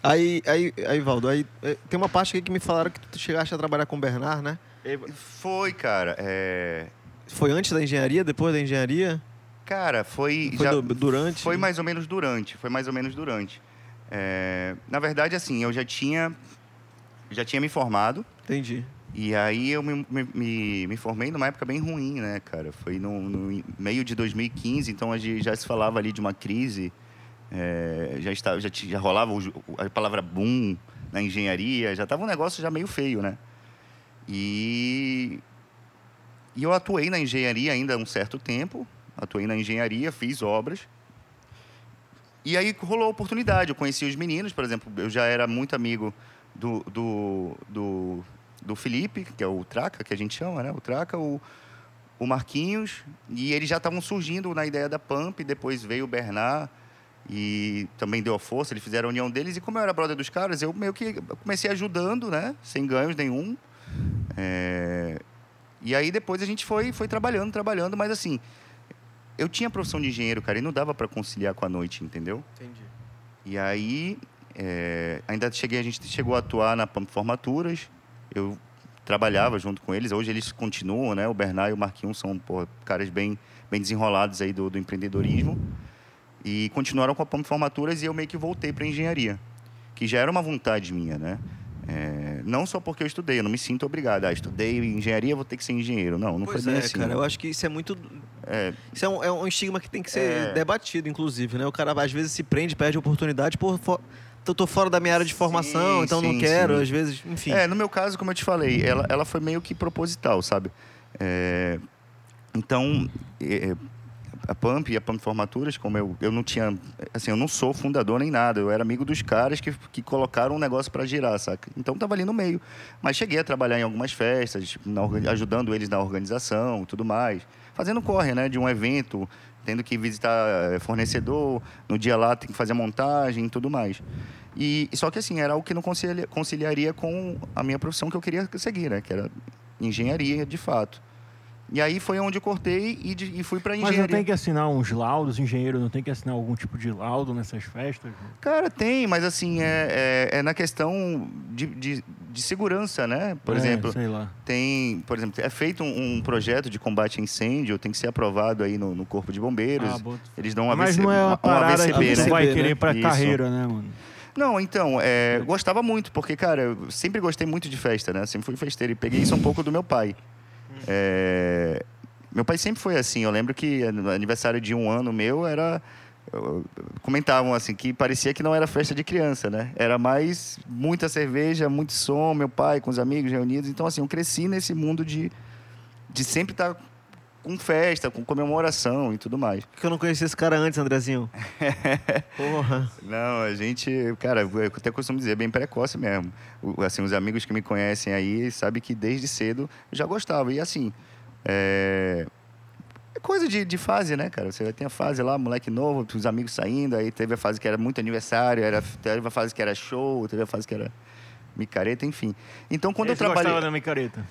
Speaker 1: Aí, aí, aí, Valdo, aí, eh, tem uma parte aqui que me falaram que tu chegaste a trabalhar com o Bernard, né?
Speaker 3: Foi, cara. É...
Speaker 1: Foi antes da engenharia, depois da engenharia?
Speaker 3: Cara, foi.
Speaker 1: Foi
Speaker 3: já-
Speaker 1: du- durante?
Speaker 3: Foi mais ou menos durante. Foi mais ou menos durante. É, na verdade, assim, eu já tinha, já tinha me formado.
Speaker 1: Entendi.
Speaker 3: E aí eu me, me- me, me formei numa época bem ruim, né, cara? Foi no, no meio de 2015, então a gente já se falava ali de uma crise. é, já, estava, já, ti- já rolava o ju- a palavra boom na engenharia, já estava um negócio já meio feio, né? E, e eu atuei na engenharia ainda há um certo tempo. Atuei na engenharia, fiz obras. E aí rolou a oportunidade. Eu conheci os meninos, por exemplo, eu já era muito amigo do, do, do, do Felipe, que é o Traca, que a gente chama, né? O Traca, o, o Marquinhos. E eles já estavam surgindo na ideia da Pump, depois veio o Bernard. E também deu a força, eles fizeram a união deles. E como eu era brother dos caras, eu meio que comecei ajudando, né? Sem ganhos nenhum. É, E aí depois a gente foi, foi trabalhando, trabalhando, mas assim, eu tinha a profissão de engenheiro, cara, e não dava para conciliar com a noite, entendeu?
Speaker 1: Entendi.
Speaker 3: E aí, é, ainda cheguei, a gente chegou a atuar na Pamp Formaturas. Eu trabalhava junto com eles. Hoje eles continuam, né? O Bernard e o Marquinhos são pô, caras bem, bem desenrolados aí do, do empreendedorismo. E continuaram com a Pamp Formaturas e eu meio que voltei para engenharia, que já era uma vontade minha, né? É, não só porque eu estudei, eu não me sinto obrigado. Ah, estudei engenharia, vou ter que ser engenheiro. Não, não
Speaker 1: pois
Speaker 3: foi bem
Speaker 1: é,
Speaker 3: assim.
Speaker 1: cara, eu acho que isso é muito. Isso é um, é um estigma que tem que ser
Speaker 3: É.
Speaker 1: debatido, inclusive, né? O cara às vezes se prende, perde oportunidade, por fo... eu tô fora da minha área de formação,
Speaker 3: Sim,
Speaker 1: então não
Speaker 3: sim,
Speaker 1: quero,
Speaker 3: sim.
Speaker 1: às vezes, enfim.
Speaker 3: É, no meu caso, como eu te falei, ela, ela foi meio que proposital, sabe? É, então, é, é, a Pamp e a Pamp Formaturas, como eu, eu não tinha... Assim, eu não sou fundador nem nada. Eu era amigo dos caras que, que colocaram um negócio para girar, saca? Então, tava ali no meio. Mas cheguei a trabalhar em algumas festas, na orga- ajudando eles na organização e tudo mais. Fazendo corre, né? De um evento, tendo que visitar eh, fornecedor. No dia lá, tem que fazer montagem e tudo mais. E só que assim, era algo que não concilia- conciliaria com a minha profissão que eu queria seguir, né? Que era engenharia, de fato. E aí foi onde eu cortei e, de- e fui para
Speaker 2: Mas
Speaker 3: engenharia.
Speaker 2: não tem que assinar uns laudos, engenheiro não tem que assinar algum tipo de laudo nessas festas? mano?
Speaker 3: Cara, tem, mas assim, é, é, é na questão de, de, de segurança, né? Por
Speaker 2: É,
Speaker 3: exemplo,
Speaker 2: Sei lá.
Speaker 3: tem, por exemplo, é feito um, um projeto de combate a incêndio, tem que ser aprovado aí no, no Corpo de Bombeiros.
Speaker 2: Ah, bota-
Speaker 3: Eles dão um uma
Speaker 2: Mas
Speaker 3: AVC
Speaker 2: não é
Speaker 3: uma,
Speaker 2: uma
Speaker 3: uma
Speaker 2: parada
Speaker 3: AVCB,
Speaker 2: que
Speaker 3: né?
Speaker 2: tu vai
Speaker 1: AVCB, né?
Speaker 2: querer pra
Speaker 3: Isso.
Speaker 2: carreira, né, mano?
Speaker 3: Não, então, é, gostava muito, porque, cara, eu sempre gostei muito de festa, né? Sempre fui festeiro e peguei isso um pouco do meu pai. É, Meu pai sempre foi assim. Eu lembro que no aniversário de um ano meu era. eu- Comentavam assim que parecia que não era festa de criança, né? Era mais muita cerveja, muito som, meu pai com os amigos reunidos. Então, assim, eu cresci nesse mundo de, de sempre estar com festa, com comemoração e tudo mais.
Speaker 1: Por que eu não conhecia esse cara antes, Andrezinho? Porra.
Speaker 3: Não, a gente, cara, eu até costumo dizer, é bem precoce mesmo. O- Assim, os amigos que me conhecem aí sabem que desde cedo eu já gostava. E assim, é, é coisa de, de fase, né, cara? Você tem a fase lá, moleque novo, os amigos saindo, aí teve a fase que era muito aniversário, era, teve a fase que era show, teve a fase que era micareta, enfim. Então, quando eu
Speaker 2: Esse
Speaker 3: trabalhei...
Speaker 2: É, gostava da micareta.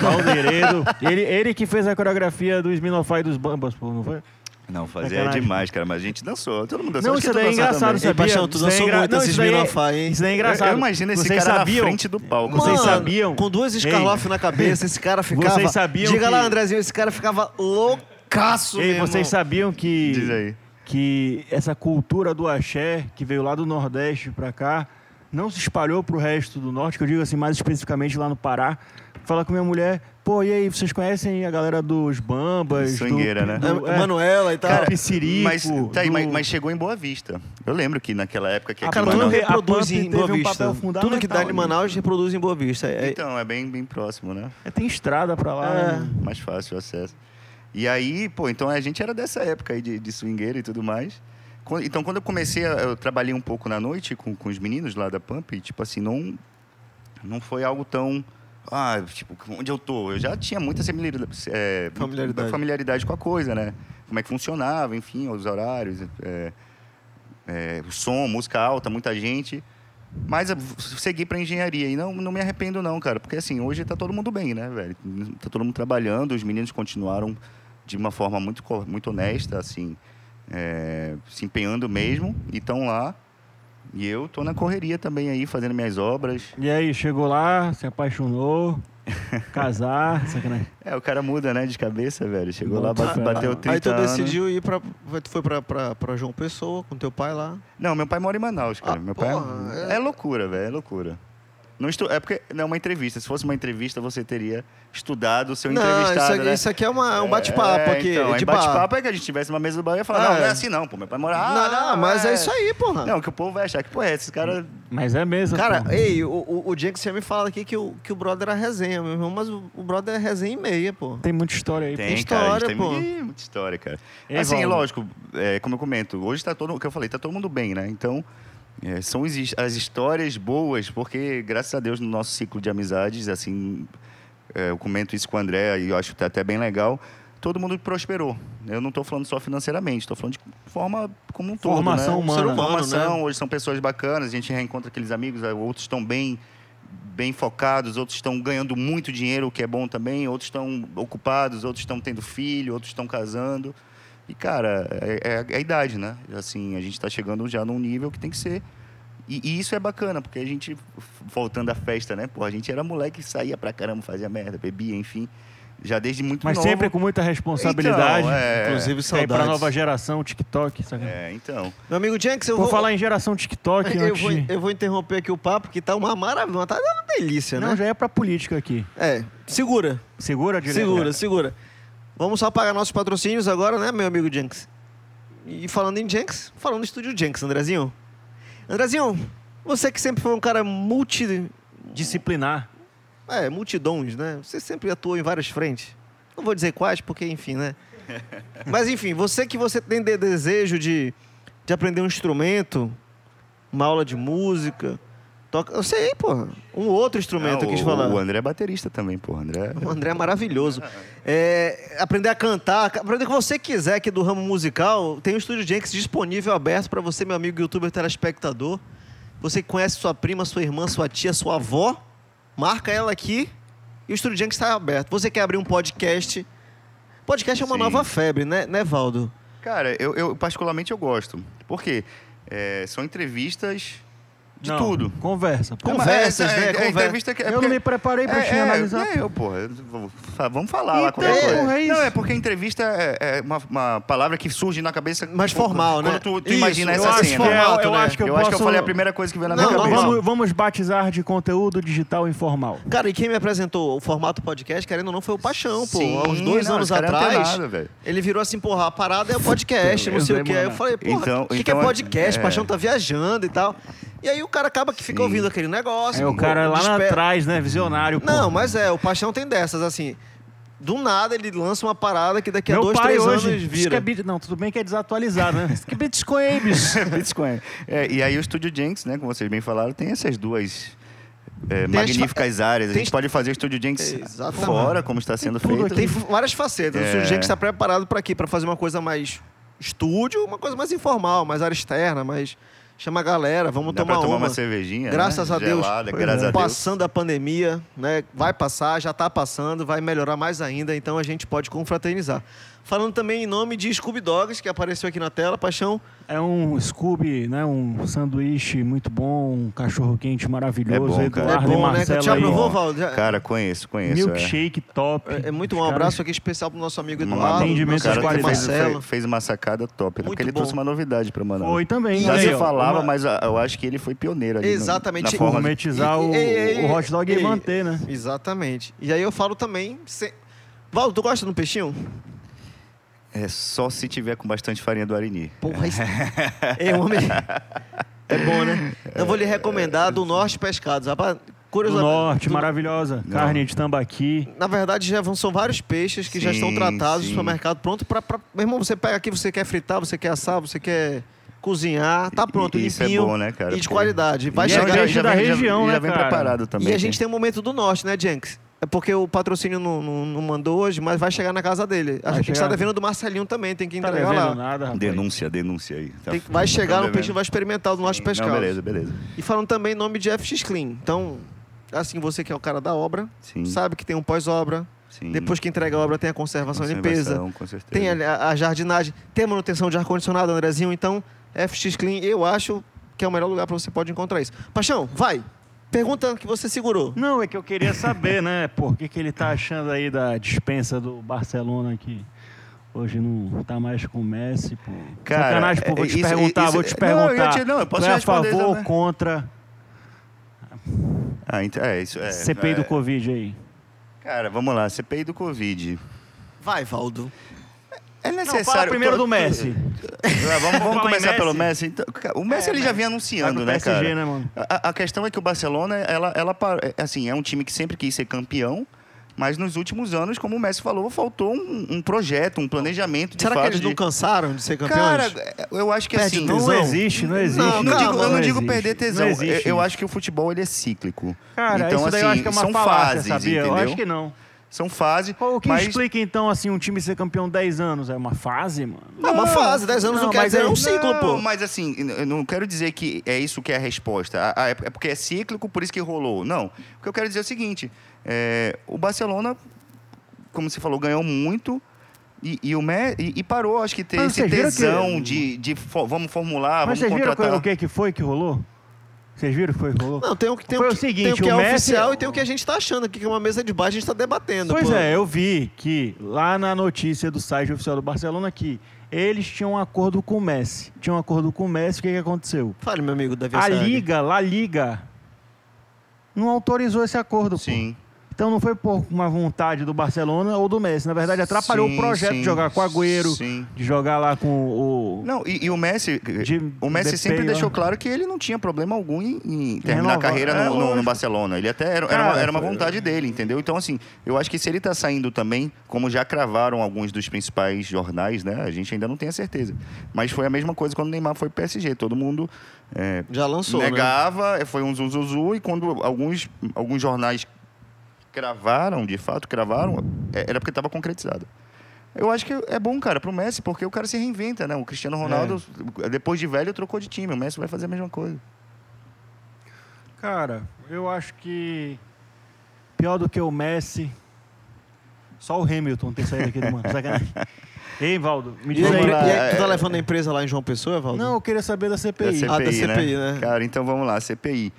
Speaker 2: Valderedo. Ele, ele que fez a coreografia dos Minofai dos Bambas, pô, não foi?
Speaker 3: Não, fazia
Speaker 2: Sacanagem.
Speaker 3: demais, cara, mas a gente dançou, todo mundo dançou.
Speaker 2: Não,
Speaker 3: acho que
Speaker 2: isso
Speaker 3: tu
Speaker 2: daí é
Speaker 3: dançou
Speaker 2: engraçado,
Speaker 3: também.
Speaker 1: Ei,
Speaker 2: sabia?
Speaker 1: Paixão, tu
Speaker 2: Isso daí é
Speaker 1: dançou
Speaker 2: engra-
Speaker 1: muito
Speaker 2: não,
Speaker 1: esses
Speaker 2: isso daí é-
Speaker 1: Minofai, hein?
Speaker 2: Isso daí é
Speaker 3: Eu,
Speaker 2: engraçado.
Speaker 3: eu imagino esse
Speaker 2: Vocês
Speaker 3: cara
Speaker 2: sabiam?
Speaker 3: na frente do palco.
Speaker 2: Vocês
Speaker 1: Mano,
Speaker 2: sabiam?
Speaker 1: Com duas
Speaker 2: Ei.
Speaker 1: escarlofes na cabeça, esse cara ficava.
Speaker 2: Vocês sabiam
Speaker 1: Diga
Speaker 2: que-
Speaker 1: lá, Andrezinho, esse cara ficava loucaço,
Speaker 2: Ei,
Speaker 1: meu
Speaker 2: vocês
Speaker 1: irmão.
Speaker 2: sabiam que
Speaker 3: Diz aí.
Speaker 2: que essa cultura do axé que veio lá do Nordeste pra cá não se espalhou pro resto do Norte, que eu digo assim mais especificamente lá no Pará. Falar com minha mulher, pô, e aí, vocês conhecem a galera dos Bambas? do-
Speaker 3: Swingueira, né?
Speaker 2: do-
Speaker 1: É,
Speaker 2: é,
Speaker 1: Manuela e tal.
Speaker 2: Cara, Capicirico,
Speaker 3: mas, tá aí,
Speaker 2: do-
Speaker 3: mas, mas chegou em Boa Vista. Eu lembro que naquela época que
Speaker 2: Ah,
Speaker 3: aqui
Speaker 1: Cara,
Speaker 3: em
Speaker 1: tudo
Speaker 2: Manaus-
Speaker 3: Manaus-
Speaker 2: a
Speaker 1: reproduz
Speaker 2: Pampa
Speaker 1: em
Speaker 2: teve um
Speaker 1: Boa Vista.
Speaker 2: papel fundamental
Speaker 1: tudo que dá em
Speaker 2: nisso.
Speaker 1: Manaus reproduz em Boa Vista. É- é-
Speaker 3: Então, é bem, bem próximo, né?
Speaker 2: é, tem estrada pra lá.
Speaker 1: É.
Speaker 2: né?
Speaker 3: Mais fácil o acesso. E aí, pô, então a gente era dessa época aí de, de swingueira e tudo mais. Quan- Então, quando eu comecei, a- eu trabalhei um pouco na noite com, com os meninos lá da Pump e, tipo assim, não, não foi algo tão... Ah, tipo, onde eu tô? Eu já tinha muita similar- é, muita
Speaker 1: Familiaridade.
Speaker 3: familiaridade com a coisa, né? Como é que funcionava, enfim, os horários, é, é, o som, música alta, muita gente. Mas eu segui para engenharia e não, não me arrependo não, cara, porque assim, hoje tá todo mundo bem, né, velho? Tá todo mundo trabalhando, os meninos continuaram de uma forma muito co- muito honesta, assim, é, se empenhando mesmo, e estão lá. E eu tô na correria também aí, fazendo minhas obras.
Speaker 2: E aí, chegou lá, se apaixonou, casar, sacanagem.
Speaker 3: É, o cara muda, né, de cabeça, velho. Chegou lá,
Speaker 2: Bom,
Speaker 3: bate-
Speaker 2: tá.
Speaker 3: bateu 30
Speaker 1: Aí tu
Speaker 3: anos.
Speaker 1: decidiu ir pra. Tu foi pra, pra, pra João Pessoa com teu pai lá.
Speaker 3: Não, meu pai mora em Manaus, cara.
Speaker 1: Ah,
Speaker 3: meu pai é-
Speaker 1: porra,
Speaker 3: é... loucura, velho, é loucura. Não estu... É porque não é uma entrevista. Se fosse uma entrevista, você teria estudado o seu
Speaker 2: um
Speaker 1: Não,
Speaker 3: entrevistado,
Speaker 1: isso, aqui-
Speaker 3: né?
Speaker 1: isso aqui é uma- um bate-papo
Speaker 3: É,
Speaker 1: aqui.
Speaker 3: Então,
Speaker 1: de
Speaker 3: aí
Speaker 1: bar.
Speaker 3: bate-papo é que a gente tivesse uma mesa do bar e ia falar,
Speaker 1: Ah,
Speaker 3: não, não
Speaker 1: é.
Speaker 3: é assim não, pô, meu pai mora... Ah,
Speaker 1: não, não, mas é isso aí, porra.
Speaker 3: Não, que o povo vai achar que, pô, é, esses caras...
Speaker 2: Mas é mesmo.
Speaker 1: Cara,
Speaker 2: pô.
Speaker 1: ei, o, o, o Jenkins tinha me falado aqui que o, que o brother era resenha, meu irmão, mas o, o brother é resenha e meia, pô.
Speaker 2: tem muita história aí.
Speaker 3: Tem,
Speaker 1: história,
Speaker 3: cara, a gente tem
Speaker 1: pô.
Speaker 3: muita- muita história, cara.
Speaker 2: Ei,
Speaker 3: assim,
Speaker 2: Valdo.
Speaker 3: lógico, é, como eu comento, hoje tá todo, o que eu falei, tá todo mundo bem, né? Então, é, são as, his- as histórias boas, porque graças a Deus no nosso ciclo de amizades, assim, é, eu comento isso com o André e eu acho que tá até bem legal. Todo mundo prosperou. Eu não tô falando só financeiramente, tô falando de forma como um todo,
Speaker 2: Formação
Speaker 3: né?
Speaker 2: humana.
Speaker 3: Ser humano,
Speaker 1: Formação,
Speaker 3: Formação, hoje são pessoas bacanas, a gente reencontra aqueles amigos, ah, outros estão bem bem focados, outros estão ganhando muito dinheiro, o que é bom também, outros estão ocupados, outros estão tendo filho, outros estão casando. E, cara, é, é a idade, né? Assim, a gente está chegando já num nível que tem que ser. E, e isso é bacana, porque a gente, voltando à festa, né? Pô, a gente era moleque, saía pra caramba, fazia merda, bebia, enfim. Já desde muito
Speaker 2: Mas
Speaker 3: novo.
Speaker 2: sempre com muita responsabilidade.
Speaker 3: Então, é,
Speaker 1: Inclusive,
Speaker 2: Aí
Speaker 1: saudades.
Speaker 2: pra nova geração, TikTok, sacanagem.
Speaker 3: É, então.
Speaker 1: Meu amigo Jenkins, eu
Speaker 2: Vou
Speaker 1: vou...
Speaker 2: falar em geração TikTok
Speaker 1: eu,
Speaker 2: antes
Speaker 1: vou,
Speaker 2: de-
Speaker 1: eu vou interromper aqui o papo, que tá uma maravilha, tá uma delícia,
Speaker 2: Não,
Speaker 1: né?
Speaker 2: já é pra política aqui.
Speaker 1: É, segura,
Speaker 2: Segura, diretor.
Speaker 1: segura, segura. Vamos só pagar nossos patrocínios agora, né, meu amigo Jenkins? E falando em Jenkins, falando no estúdio Jenkins, Andrezinho. Andrezinho, você que sempre foi um cara multi...
Speaker 2: Disciplinar.
Speaker 1: É, multidões, né? Você sempre atuou em várias frentes. Não vou dizer quais, porque, enfim, né? Mas, enfim, você que você tem de- desejo de, de aprender um instrumento, uma aula de música, toca... Eu sei, porra. Um outro instrumento, eu
Speaker 3: Não,
Speaker 1: quis
Speaker 3: o-
Speaker 1: falar.
Speaker 3: O André é baterista também, pô. André.
Speaker 1: O André é maravilhoso. É, aprender a cantar, ca- aprender o que você quiser aqui do ramo musical, tem o Estúdio Jenks disponível, aberto para você, meu amigo youtuber telespectador. Você que conhece sua prima, sua irmã, sua tia, sua avó, marca ela aqui e o Estúdio Jenks está aberto. Você quer abrir um podcast? Podcast é uma
Speaker 3: Sim.
Speaker 1: nova febre, né, né Valdo?
Speaker 3: Cara, eu, eu- particularmente eu gosto. Por quê? É, são entrevistas de tudo.
Speaker 2: Conversa. pô.
Speaker 1: Como- Conversas,
Speaker 3: É,
Speaker 1: né?
Speaker 3: é, é,
Speaker 1: Conversa.
Speaker 3: entrevista que- é
Speaker 2: eu
Speaker 3: porque-
Speaker 2: não me preparei pra
Speaker 3: é,
Speaker 2: te
Speaker 3: é,
Speaker 2: analisar.
Speaker 3: é, eu, porra, eu vou- fa- vamos falar lá
Speaker 2: Então,
Speaker 3: qualquer coisa.
Speaker 2: porra, é isso.
Speaker 3: Não, é porque entrevista é, é uma, uma palavra que surge na cabeça.
Speaker 1: Mais
Speaker 3: quando-
Speaker 1: formal, né?
Speaker 3: Quando tu, tu
Speaker 1: Isso,
Speaker 3: imagina
Speaker 1: eu
Speaker 3: essa
Speaker 1: acho
Speaker 3: cena.
Speaker 1: formal,
Speaker 2: eu,
Speaker 1: né?
Speaker 2: acho que eu,
Speaker 3: eu
Speaker 2: posso...
Speaker 3: acho que eu falei a primeira coisa que veio na
Speaker 1: Não,
Speaker 3: minha
Speaker 1: não,
Speaker 3: cabeça.
Speaker 2: vamos, vamos batizar de conteúdo digital informal.
Speaker 1: Cara, e quem me apresentou o formato podcast, querendo ou não, foi o Paixão, pô.
Speaker 3: Sim,
Speaker 1: Há uns dois
Speaker 3: não,
Speaker 1: anos
Speaker 3: esse cara é
Speaker 1: atrás,
Speaker 3: antenado, velho.
Speaker 1: ele virou assim, porra, a parada é o podcast, não sei o que. Aí eu falei, porra,
Speaker 3: Então-
Speaker 1: o que, que
Speaker 3: então
Speaker 1: é
Speaker 3: é-
Speaker 1: podcast?
Speaker 3: é.
Speaker 1: Paixão tá viajando e tal. E aí o cara acaba que fica
Speaker 3: Sim.
Speaker 1: ouvindo aquele negócio.
Speaker 2: É o
Speaker 1: pô, um
Speaker 2: cara lá
Speaker 1: despe-
Speaker 2: atrás, né? Visionário. pô.
Speaker 1: Não, mas é, o Paixão tem dessas, assim. Do nada ele lança uma parada que daqui a
Speaker 2: Meu
Speaker 1: dois,
Speaker 2: pai
Speaker 1: três
Speaker 2: hoje.
Speaker 1: anos
Speaker 2: Isso que é
Speaker 1: vira.
Speaker 2: bit- Não, tudo bem que é desatualizado, né? Isso que Bitcoin, bicho.
Speaker 3: Bitcoin. É, e aí o Estúdio Jenks, né, como vocês bem falaram, tem essas duas
Speaker 1: Tem
Speaker 3: é,
Speaker 1: as fa-
Speaker 3: magníficas áreas. A
Speaker 1: tem
Speaker 3: gente
Speaker 1: as-
Speaker 3: pode fazer o Estúdio Jenks
Speaker 1: Exatamente.
Speaker 3: fora, como está sendo
Speaker 2: tudo
Speaker 3: feito.
Speaker 1: Tem f- várias facetas.
Speaker 3: É.
Speaker 1: O sujeito que está preparado para aqui, para fazer uma coisa mais estúdio, uma coisa mais informal, mais área externa, mais. Chama a galera, vamos
Speaker 3: Dá pra
Speaker 1: tomar,
Speaker 3: tomar uma
Speaker 1: uma
Speaker 3: cervejinha, né?
Speaker 1: Graças a Deus.
Speaker 3: Gelada,
Speaker 1: Pois
Speaker 3: graças
Speaker 1: é.
Speaker 3: a Deus.
Speaker 1: Passando a pandemia, né? Vai passar, já está passando, vai melhorar mais ainda, então a gente pode confraternizar. Falando também em nome de Scooby Dogs, que apareceu aqui na tela, Paixão.
Speaker 2: É um Scooby, né? Um sanduíche muito bom, um cachorro quente maravilhoso.
Speaker 3: É bom, cara.
Speaker 1: É
Speaker 2: Eduardo
Speaker 1: bom,
Speaker 2: e
Speaker 1: né?
Speaker 2: Marcela
Speaker 1: Já
Speaker 2: aí.
Speaker 1: provou, Valdo? Já-
Speaker 3: Cara, conheço, conheço. é.
Speaker 2: Milkshake top.
Speaker 1: É é muito
Speaker 2: Os
Speaker 1: bom. Um
Speaker 2: caras-
Speaker 1: abraço aqui especial pro nosso amigo
Speaker 3: Um
Speaker 1: Eduardo.
Speaker 2: atendimento
Speaker 1: nosso
Speaker 3: cara
Speaker 1: amigo
Speaker 3: que
Speaker 2: de qualidade.
Speaker 3: fez,
Speaker 1: Marcelo.
Speaker 3: fe- fez uma sacada top,
Speaker 1: Muito
Speaker 3: né? Porque ele
Speaker 1: bom.
Speaker 3: trouxe uma novidade pra Manaus.
Speaker 2: Foi também. né,
Speaker 3: Já
Speaker 2: aí,
Speaker 3: se
Speaker 2: ó,
Speaker 3: falava,
Speaker 2: uma-
Speaker 3: mas ah, eu acho que ele foi pioneiro ali. no-
Speaker 1: Exatamente.
Speaker 3: Na forma de-
Speaker 2: Gourmetizar o,
Speaker 1: E- e-
Speaker 2: o hot dog e, manter, né?
Speaker 1: Exatamente. E aí eu falo também. se- Valdo, tu gosta do peixinho?
Speaker 3: É só se tiver com bastante farinha do Arini.
Speaker 1: Porra, isso... é homem. É bom, né? Eu vou lhe recomendar do Norte Pescados. Rapaz,
Speaker 2: Do
Speaker 1: curiosamente.
Speaker 2: norte, maravilhosa.
Speaker 3: Não.
Speaker 2: Carne de tambaqui.
Speaker 1: Na verdade, já vão- são vários peixes que já
Speaker 3: Sim,
Speaker 1: estão tratados
Speaker 3: sim.
Speaker 1: no supermercado, pronto para. Pra... Meu irmão, você pega aqui, você quer fritar, você quer assar, você quer cozinhar, tá pronto,
Speaker 3: E- isso é
Speaker 1: limpinho
Speaker 3: bom, né, cara?
Speaker 1: e de
Speaker 3: Porque-
Speaker 1: qualidade. Vai
Speaker 3: E
Speaker 2: é
Speaker 1: chegar.
Speaker 2: peixe da
Speaker 3: vem-
Speaker 2: região,
Speaker 3: já,
Speaker 2: né,
Speaker 3: vem
Speaker 2: cara?
Speaker 3: preparado também.
Speaker 1: E a gente
Speaker 3: né?
Speaker 1: tem o momento do norte, né, Jenks? É porque o patrocínio não, não- não mandou hoje, mas vai chegar na casa dele. A
Speaker 2: Vai
Speaker 1: gente está
Speaker 2: chegar.
Speaker 1: devendo do Marcelinho também, tem que
Speaker 2: Não tá
Speaker 1: entregar
Speaker 2: devendo
Speaker 1: lá.
Speaker 2: nada, rapaz.
Speaker 3: Denúncia, denúncia aí. Tá-
Speaker 1: Tem- vai chegar
Speaker 3: tá
Speaker 1: no peixe,
Speaker 3: devendo.
Speaker 1: vai experimentar do nosso pescado.
Speaker 3: Não, beleza, beleza.
Speaker 1: E falando também em nome de FX Clean. Então, assim, você que é o cara da obra,
Speaker 3: Sim.
Speaker 1: sabe que tem um pós-obra.
Speaker 3: Sim.
Speaker 1: Depois que entrega a obra, tem a conservação, e limpeza.
Speaker 3: Conservação, Com certeza.
Speaker 1: Tem a, a jardinagem, tem a manutenção de ar-condicionado, Andrezinho. Então, FX Clean, eu acho que é o melhor lugar para você pode encontrar isso. Paixão, vai. Pergunta que você segurou.
Speaker 2: Não, é que eu queria saber, né? Por que, que ele tá achando aí da dispensa do Barcelona que hoje não tá mais com o Messi, pô.
Speaker 3: Cara,
Speaker 2: Sacanagem, pô,
Speaker 3: é-
Speaker 2: vou te
Speaker 3: isso-
Speaker 2: perguntar,
Speaker 3: isso-
Speaker 2: vou te
Speaker 3: não, eu
Speaker 2: perguntar.
Speaker 3: te- não, eu posso
Speaker 2: tu é a
Speaker 3: responder né?
Speaker 2: favor ou
Speaker 3: também.
Speaker 2: contra
Speaker 3: Ah, então, é, isso, é,
Speaker 2: CPI do
Speaker 3: é.
Speaker 2: Covid aí?
Speaker 3: Cara, vamos lá. CPI do Covid.
Speaker 1: Vai, Valdo.
Speaker 3: É
Speaker 2: Não,
Speaker 3: necessário.
Speaker 2: fala primeiro
Speaker 3: Tô-
Speaker 2: do Messi.
Speaker 3: Ah, vamos vamos
Speaker 2: Falar em
Speaker 3: começar
Speaker 2: Messi.
Speaker 3: pelo Messi. Então, cara, o Messi
Speaker 2: É,
Speaker 3: ele já vinha anunciando,
Speaker 2: Vai pro
Speaker 3: né,
Speaker 2: PSG,
Speaker 3: cara?
Speaker 2: né, mano?
Speaker 3: A, a questão é que o Barcelona, ela, ela par- é, assim, é um time que sempre quis ser campeão, mas nos últimos anos, como o Messi falou, faltou um, um projeto, um planejamento de
Speaker 1: Será que
Speaker 3: fato
Speaker 1: eles
Speaker 3: de-
Speaker 1: não cansaram de ser campeões?
Speaker 3: Cara, eu acho que
Speaker 1: Perde
Speaker 3: assim.
Speaker 1: tesão.
Speaker 2: Não existe, não existe.
Speaker 1: Não,
Speaker 3: Não, não
Speaker 1: calma,
Speaker 3: digo, eu não,
Speaker 1: não
Speaker 3: digo
Speaker 2: existe.
Speaker 3: perder tesão.
Speaker 2: Não
Speaker 3: Eu- eu,
Speaker 2: existe.
Speaker 3: acho que o futebol ele é cíclico.
Speaker 2: Cara,
Speaker 3: então,
Speaker 2: isso daí eu
Speaker 3: assim,
Speaker 2: acho que é uma
Speaker 3: são
Speaker 2: falácia,
Speaker 3: fases,
Speaker 2: sabia?
Speaker 3: entendeu?
Speaker 2: Eu acho que não.
Speaker 3: São fases.
Speaker 2: Pô, o que
Speaker 3: mas...
Speaker 2: explica, então, assim, um time ser campeão 10 anos? É uma fase, mano?
Speaker 1: É uma fase, 10 anos não,
Speaker 2: Não,
Speaker 1: quer
Speaker 2: mas
Speaker 1: dizer, é
Speaker 2: aí-
Speaker 1: um ciclo,
Speaker 3: não,
Speaker 1: pô.
Speaker 3: Mas assim, eu não quero dizer que é isso que é a resposta. A- a- É porque é cíclico, por isso que rolou. Não. O que eu quero dizer é o seguinte: é, o Barcelona, como você falou, ganhou muito. E, e o Me- e, e parou, acho que tem
Speaker 2: Mas
Speaker 3: esse
Speaker 2: vocês viram
Speaker 3: tesão
Speaker 2: que-
Speaker 3: de, de fo- vamos formular,
Speaker 2: Mas vocês
Speaker 3: Ah, vamos
Speaker 2: viram
Speaker 3: contratar.
Speaker 2: o que, que foi que rolou? Vocês viram o que foi que rolou?
Speaker 1: Não, tem o que tem
Speaker 2: Foi
Speaker 1: o
Speaker 2: o
Speaker 1: que,
Speaker 2: seguinte,
Speaker 1: tem o que é
Speaker 2: o Messi-
Speaker 1: oficial e tem o que a gente tá achando aqui, que é uma mesa de bar, a gente tá debatendo.
Speaker 2: Pois
Speaker 1: pô.
Speaker 2: é, eu vi que lá na notícia do site oficial do Barcelona que eles tinham um acordo com o Messi. Tinham um acordo com o Messi, o que, que aconteceu?
Speaker 1: Fale, meu amigo Davi
Speaker 2: A
Speaker 1: Assad.
Speaker 2: Liga, La Liga, não autorizou esse acordo. pô.
Speaker 3: Sim.
Speaker 2: Então não foi por uma vontade do Barcelona ou do Messi. Na verdade, atrapalhou
Speaker 3: Sim,
Speaker 2: o projeto
Speaker 3: sim,
Speaker 2: de jogar com o Agüero,
Speaker 3: sim.
Speaker 2: de jogar lá com o...
Speaker 3: Não, e, e o Messi,
Speaker 2: De-
Speaker 3: o Messi
Speaker 2: de
Speaker 3: sempre
Speaker 2: pay,
Speaker 3: deixou
Speaker 2: ó.
Speaker 3: claro que ele não tinha problema algum em, em terminar
Speaker 2: Renovar.
Speaker 3: a carreira
Speaker 2: É,
Speaker 3: no, no- no
Speaker 2: lógico.
Speaker 3: Barcelona. Ele até era, era uma,
Speaker 2: Cara, é.
Speaker 3: era uma
Speaker 2: foi-
Speaker 3: vontade dele, entendeu? Então, assim, eu acho que se ele tá saindo também, como já cravaram alguns dos principais jornais, né? A gente ainda não tem a certeza. Mas foi a mesma coisa quando o Neymar foi pro PSG. Todo mundo é,
Speaker 1: Já lançou, né?
Speaker 3: negava, é, foi um zuzuzu, e quando alguns, alguns jornais cravaram, de fato, cravaram, é, era porque estava concretizado. Eu acho que é bom, cara, pro Messi, porque o cara se reinventa, né? O Cristiano Ronaldo,
Speaker 1: É.
Speaker 3: depois de velho, trocou de time. O Messi vai fazer a mesma coisa.
Speaker 2: Cara, eu acho que pior do que o Messi, só o Hamilton tem saído aqui do mano. Sacanagem. é? Ei, Valdo, me
Speaker 1: E
Speaker 2: diz
Speaker 1: a
Speaker 2: aí.
Speaker 1: empre-
Speaker 3: lá,
Speaker 1: e aí, tu tá
Speaker 3: é.
Speaker 1: levando a empresa lá em João Pessoa, Valdo?
Speaker 2: Não, eu queria saber da
Speaker 3: Da
Speaker 2: CPI.
Speaker 3: CPI,
Speaker 1: Ah, da CPI,
Speaker 3: né?
Speaker 1: né?
Speaker 3: Cara, então vamos lá, CPI.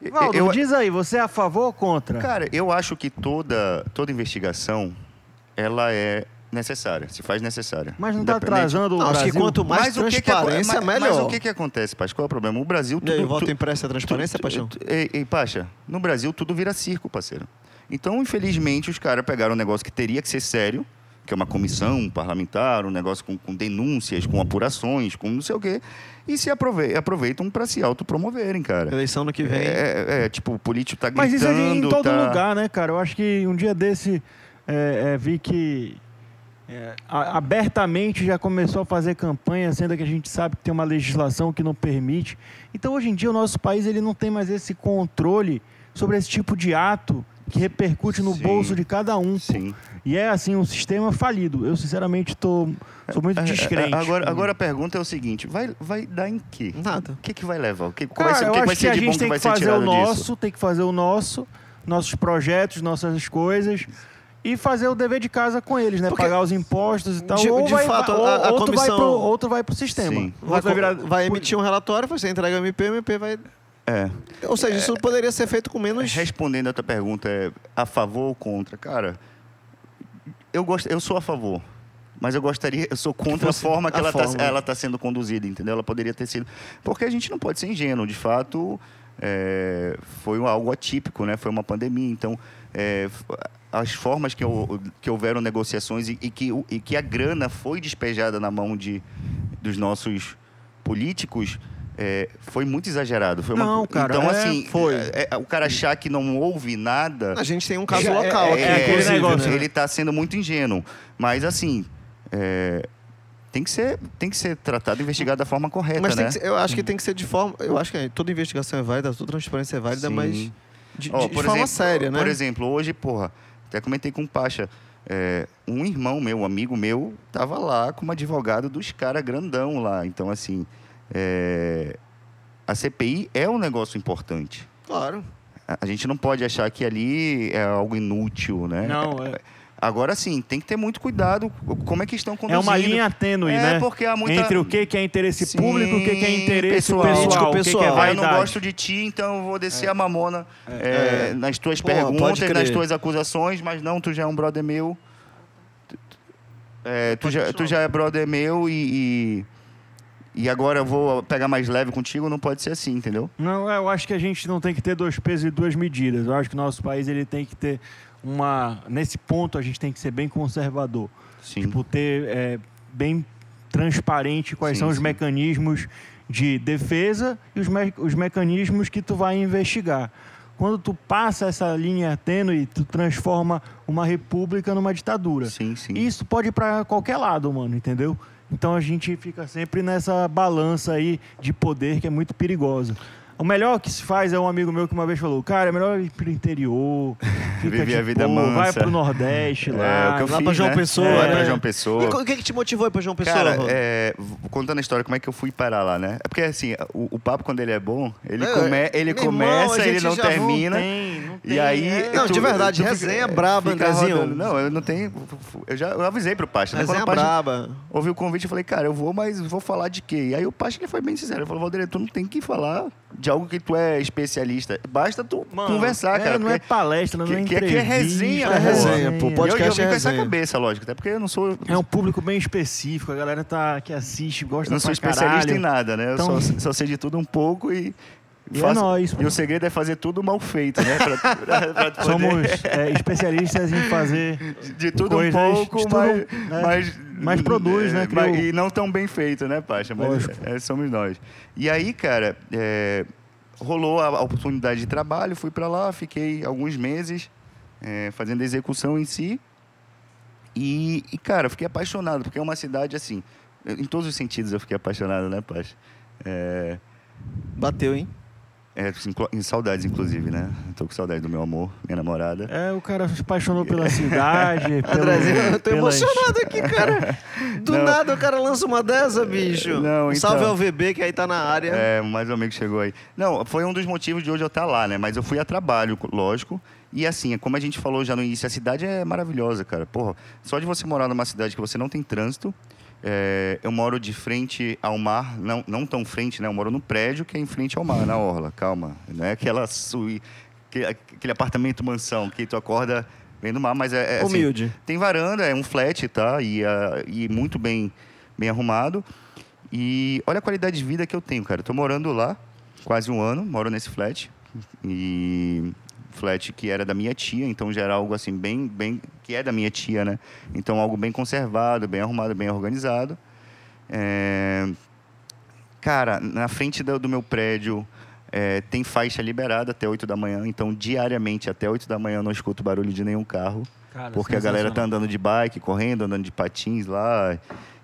Speaker 3: E-
Speaker 2: Valdo,
Speaker 3: eu-
Speaker 2: diz aí, você é a favor ou contra?
Speaker 3: Cara, eu acho que toda, toda investigação, ela é necessária, se faz necessária.
Speaker 2: Mas não tá
Speaker 3: Independente-
Speaker 2: atrasando o
Speaker 1: Não, acho que
Speaker 2: Brasil?
Speaker 1: quanto mais
Speaker 3: o que que aco-
Speaker 1: transparência, é
Speaker 3: mas-
Speaker 1: melhor.
Speaker 3: Mas o que que acontece, Pacho? Qual é o problema? O Brasil...
Speaker 1: E aí,
Speaker 3: tudo-
Speaker 1: voto
Speaker 3: tu-
Speaker 1: impresso é transparência,
Speaker 3: tu-
Speaker 1: Paixão?
Speaker 3: tu- Ei, ei, Pacha, no Brasil tudo vira circo, parceiro. Então, infelizmente, os caras pegaram um negócio que teria que ser sério, que é uma comissão parlamentar, um negócio com, com denúncias, com apurações, com não sei o quê, e se aprove- aproveitam para se autopromoverem, cara.
Speaker 1: Eleição no que vem.
Speaker 3: É, é, é, tipo, o político tá gritando,
Speaker 2: Mas isso é em todo
Speaker 3: tá-
Speaker 2: lugar, né, cara? Eu acho que um dia desse é, é, vi que é, a- abertamente já começou a fazer campanha, sendo que a gente sabe que tem uma legislação que não permite. Então, hoje em dia, o nosso país ele não tem mais esse controle sobre esse tipo de ato que repercute no
Speaker 3: Sim.
Speaker 2: bolso de cada um. pô.
Speaker 3: Sim.
Speaker 2: E é, assim, um sistema falido. Eu, sinceramente, tô, sou muito
Speaker 3: É, é,
Speaker 2: descrente.
Speaker 3: é, Agora, agora a pergunta é o seguinte: vai, vai dar em quê?
Speaker 1: Nada.
Speaker 3: O que, que vai levar? O que, qual
Speaker 2: Cara,
Speaker 3: vai ser, o
Speaker 2: eu
Speaker 3: que que
Speaker 2: acho
Speaker 3: vai
Speaker 2: que
Speaker 3: ser
Speaker 2: a
Speaker 3: de bom
Speaker 2: gente
Speaker 3: que
Speaker 2: tem
Speaker 3: vai
Speaker 2: que
Speaker 3: ser
Speaker 2: fazer o
Speaker 3: tirado
Speaker 2: nosso,
Speaker 3: disso?
Speaker 2: tem que fazer o nosso, nossos projetos, nossas coisas e fazer o dever de casa com eles, né?
Speaker 1: Porque-
Speaker 2: Pagar os impostos e tal.
Speaker 1: De-
Speaker 2: ou
Speaker 1: de
Speaker 2: vai,
Speaker 1: fato,
Speaker 2: ou,
Speaker 1: a- a
Speaker 2: outro vai
Speaker 1: comissão-
Speaker 2: pro, outro vai pro sistema.
Speaker 3: Sim.
Speaker 2: Outro
Speaker 1: Vai,
Speaker 2: vai virar-
Speaker 1: vai emitir um relatório, você entrega o MP, o MP vai...
Speaker 3: É.
Speaker 1: Ou seja, isso poderia ser feito com menos...
Speaker 3: Respondendo a tua pergunta, é a favor ou contra? Cara, eu, gosto, eu sou a favor. Mas eu gostaria, eu sou contra a
Speaker 1: Você-
Speaker 3: forma que
Speaker 1: a
Speaker 3: ela
Speaker 1: forma.
Speaker 3: está ela tá sendo conduzida, entendeu? Ela poderia ter sido. Porque a gente não pode ser ingênuo, de fato, é, foi algo atípico, né? Foi uma pandemia. Então, é, f- as formas que, hou- que houveram negociações e, e que, o- e que a grana foi despejada na mão de, dos nossos políticos. é, foi muito exagerado. Foi uma-
Speaker 2: Não, cara,
Speaker 3: então,
Speaker 2: é,
Speaker 3: assim,
Speaker 2: foi.
Speaker 3: é, é, o cara achar que não houve nada.
Speaker 1: A gente tem um caso
Speaker 2: Já- é-
Speaker 1: local aqui,
Speaker 2: é aquele
Speaker 1: inclusive,
Speaker 2: negócio,
Speaker 1: né?
Speaker 3: Ele tá sendo muito ingênuo. Mas assim. é, tem, que ser, tem que ser tratado e investigado da forma correta,
Speaker 1: Mas tem
Speaker 3: né?
Speaker 1: que ser- eu acho que tem que ser de forma... Eu acho que toda investigação é válida, toda transparência é válida,
Speaker 3: Sim.
Speaker 1: mas de, de-
Speaker 3: Ó,
Speaker 1: de forma
Speaker 3: exemplo,
Speaker 1: séria, né?
Speaker 3: Por exemplo, hoje, porra, até comentei com o Pacha. é, um irmão meu, um amigo meu, tava lá como advogado dos caras grandão lá. Então, assim. é, a CPI é um negócio importante.
Speaker 1: Claro.
Speaker 3: A a gente não pode achar que ali é algo inútil, né?
Speaker 2: Não, é,
Speaker 3: Agora sim, tem que ter muito cuidado como é que estão
Speaker 2: é
Speaker 3: conduzindo.
Speaker 2: uma linha tênue,
Speaker 3: É,
Speaker 2: né?
Speaker 3: porque há muita-
Speaker 2: Entre o que que é interesse
Speaker 3: Sim,
Speaker 2: público, o que que é interesse pessoal,
Speaker 3: pessoal.
Speaker 2: o que que
Speaker 1: Político-pessoal.
Speaker 2: é
Speaker 1: Eu
Speaker 3: Ah, eu
Speaker 2: vaidade.
Speaker 3: não gosto de ti, então eu vou descer a mamona é, nas tuas
Speaker 1: Pô,
Speaker 3: perguntas,
Speaker 1: pode crer.
Speaker 3: nas tuas acusações, mas não, tu já é um brother meu. Tu- tu- é, tu, já, tu já é brother meu e, e, e agora eu vou pegar mais leve contigo, não pode ser assim, entendeu?
Speaker 2: Não, eu acho que a gente não tem que ter dois pesos e duas medidas. Eu acho que o nosso país ele tem que ter uma. Nesse ponto a gente tem que ser bem conservador.
Speaker 3: Sim.
Speaker 2: Tipo, ter é, bem transparente quais
Speaker 3: Sim,
Speaker 2: são os
Speaker 3: sim.
Speaker 2: mecanismos de defesa e os, me- os mecanismos que tu vai investigar. Quando tu passa essa linha tênue, tu transforma uma república numa ditadura.
Speaker 3: Sim, sim.
Speaker 2: Isso pode ir para qualquer lado, mano, entendeu? Então a gente fica sempre nessa balança aí de poder que é muito perigosa. O melhor que se faz é um amigo meu que uma vez falou: Cara, é melhor ir pro interior, fica
Speaker 3: Viver
Speaker 2: de
Speaker 3: a vida
Speaker 2: boa, vai
Speaker 3: mansa."
Speaker 2: pro Nordeste lá.
Speaker 3: É, o que eu
Speaker 1: Lá
Speaker 3: fiz,
Speaker 1: pra João
Speaker 3: né?
Speaker 1: Pessoa,
Speaker 3: É,
Speaker 1: né?
Speaker 3: pra João Pessoa.
Speaker 1: E co- o que, que te motivou aí pra João Pessoa?
Speaker 3: Cara,
Speaker 1: Valdo?
Speaker 3: é, v- contando a história, como é que eu fui parar lá, né? É porque, assim, o, o papo, quando ele é bom, ele,
Speaker 1: É,
Speaker 3: come- ele
Speaker 1: meu irmão,
Speaker 3: começa,
Speaker 1: a
Speaker 3: ele
Speaker 1: gente
Speaker 3: não
Speaker 1: já não
Speaker 3: termina.
Speaker 2: tem, não
Speaker 3: e
Speaker 2: tem,
Speaker 3: aí.
Speaker 2: é.
Speaker 1: Não, de verdade,
Speaker 3: fica-
Speaker 1: resenha braba, né,
Speaker 3: fica
Speaker 1: Andrezinho.
Speaker 3: rodando. Não, eu não tenho. Eu já eu avisei pro Pacha, né?
Speaker 1: Mas é
Speaker 3: Quando
Speaker 1: a
Speaker 3: o Pacha
Speaker 1: braba.
Speaker 3: ouviu o convite, eu falei, cara, eu vou, mas vou falar de quê? E aí o Pacha ele foi bem sincero. Ele falou, Valdir, tu não tem que falar de algo que tu é especialista. Basta tu
Speaker 2: Mano,
Speaker 3: conversar,
Speaker 2: é,
Speaker 3: cara.
Speaker 2: Não
Speaker 3: porque-
Speaker 2: é palestra, não é
Speaker 3: que- que aqui é
Speaker 2: entrevista.
Speaker 3: resenha,
Speaker 1: É
Speaker 3: pô.
Speaker 1: resenha, pô.
Speaker 3: E eu, e eu
Speaker 1: Podcast
Speaker 3: vim
Speaker 1: é
Speaker 3: com essa
Speaker 1: resenha.
Speaker 3: cabeça, lógico, até porque eu não sou.
Speaker 2: É um público bem específico, a galera tá, que assiste,
Speaker 3: Eu
Speaker 2: gosta
Speaker 3: não sou
Speaker 2: pra
Speaker 3: especialista
Speaker 2: caralho.
Speaker 3: em nada, né? Eu
Speaker 2: Então-
Speaker 3: só, só sei de tudo um pouco e.
Speaker 2: E é nóis,
Speaker 3: E
Speaker 2: pô.
Speaker 3: o segredo é fazer tudo mal feito, né? Pra, pra- pra tu poder-
Speaker 2: Somos é, especialistas em fazer
Speaker 3: de tudo um
Speaker 2: coisas,
Speaker 3: pouco,
Speaker 2: de tudo
Speaker 3: mas,
Speaker 2: um- né?
Speaker 3: mas, é,
Speaker 2: Mas produz, né,
Speaker 3: mas-
Speaker 2: criou-
Speaker 3: e não tão bem feito, né, Pacha? Mas
Speaker 2: Lógico.
Speaker 3: é, somos nós. E aí, cara, é, rolou a, a oportunidade de trabalho, fui pra lá, fiquei alguns meses é, fazendo a execução em si. E, e, cara, eu fiquei apaixonado, porque é uma cidade assim. Em todos os sentidos eu fiquei apaixonado, né, Pacha? É,
Speaker 1: Bateu, hein?
Speaker 3: É, inclu- em saudades, inclusive, né? Tô com saudade do meu amor, minha namorada.
Speaker 2: É, o cara se apaixonou pela cidade. pelo-
Speaker 1: Andrezinho, eu tô
Speaker 2: pelas-
Speaker 1: emocionado aqui, cara. Do
Speaker 3: Não.
Speaker 1: nada o cara lança uma dessa, bicho.
Speaker 3: Não,
Speaker 1: Um
Speaker 3: então.
Speaker 1: Salve ao VB que aí tá na área.
Speaker 3: É, mais um amigo chegou aí. Não, foi um dos motivos de hoje eu estar lá, né? Mas eu fui a trabalho, lógico. E assim, como a gente falou já no início, a cidade é maravilhosa, cara. Porra, só de você morar numa cidade que você não tem trânsito. é, eu moro de frente ao mar, não, não tão frente, né? Eu moro no prédio que é em frente ao mar, na orla. Calma, não é aquela suí, que- aquele apartamento mansão que tu acorda vendo o mar, mas é, é assim,
Speaker 1: Humilde.
Speaker 3: tem varanda, é um flat, tá? E, ah, e muito bem, bem arrumado. E olha a qualidade de vida que eu tenho, cara. Eu tô morando lá quase um ano, moro nesse flat. E flat que era da minha tia, então já era algo assim bem, bem que é da minha tia, né? Então algo bem conservado, bem arrumado, bem organizado. É, Cara, na frente do, do meu prédio é, tem faixa liberada até 8 da manhã, então diariamente até 8 da manhã eu não escuto barulho de nenhum carro.
Speaker 2: Cara,
Speaker 3: Porque a galera tá
Speaker 2: sensacional.
Speaker 3: andando de bike, correndo, andando de patins lá.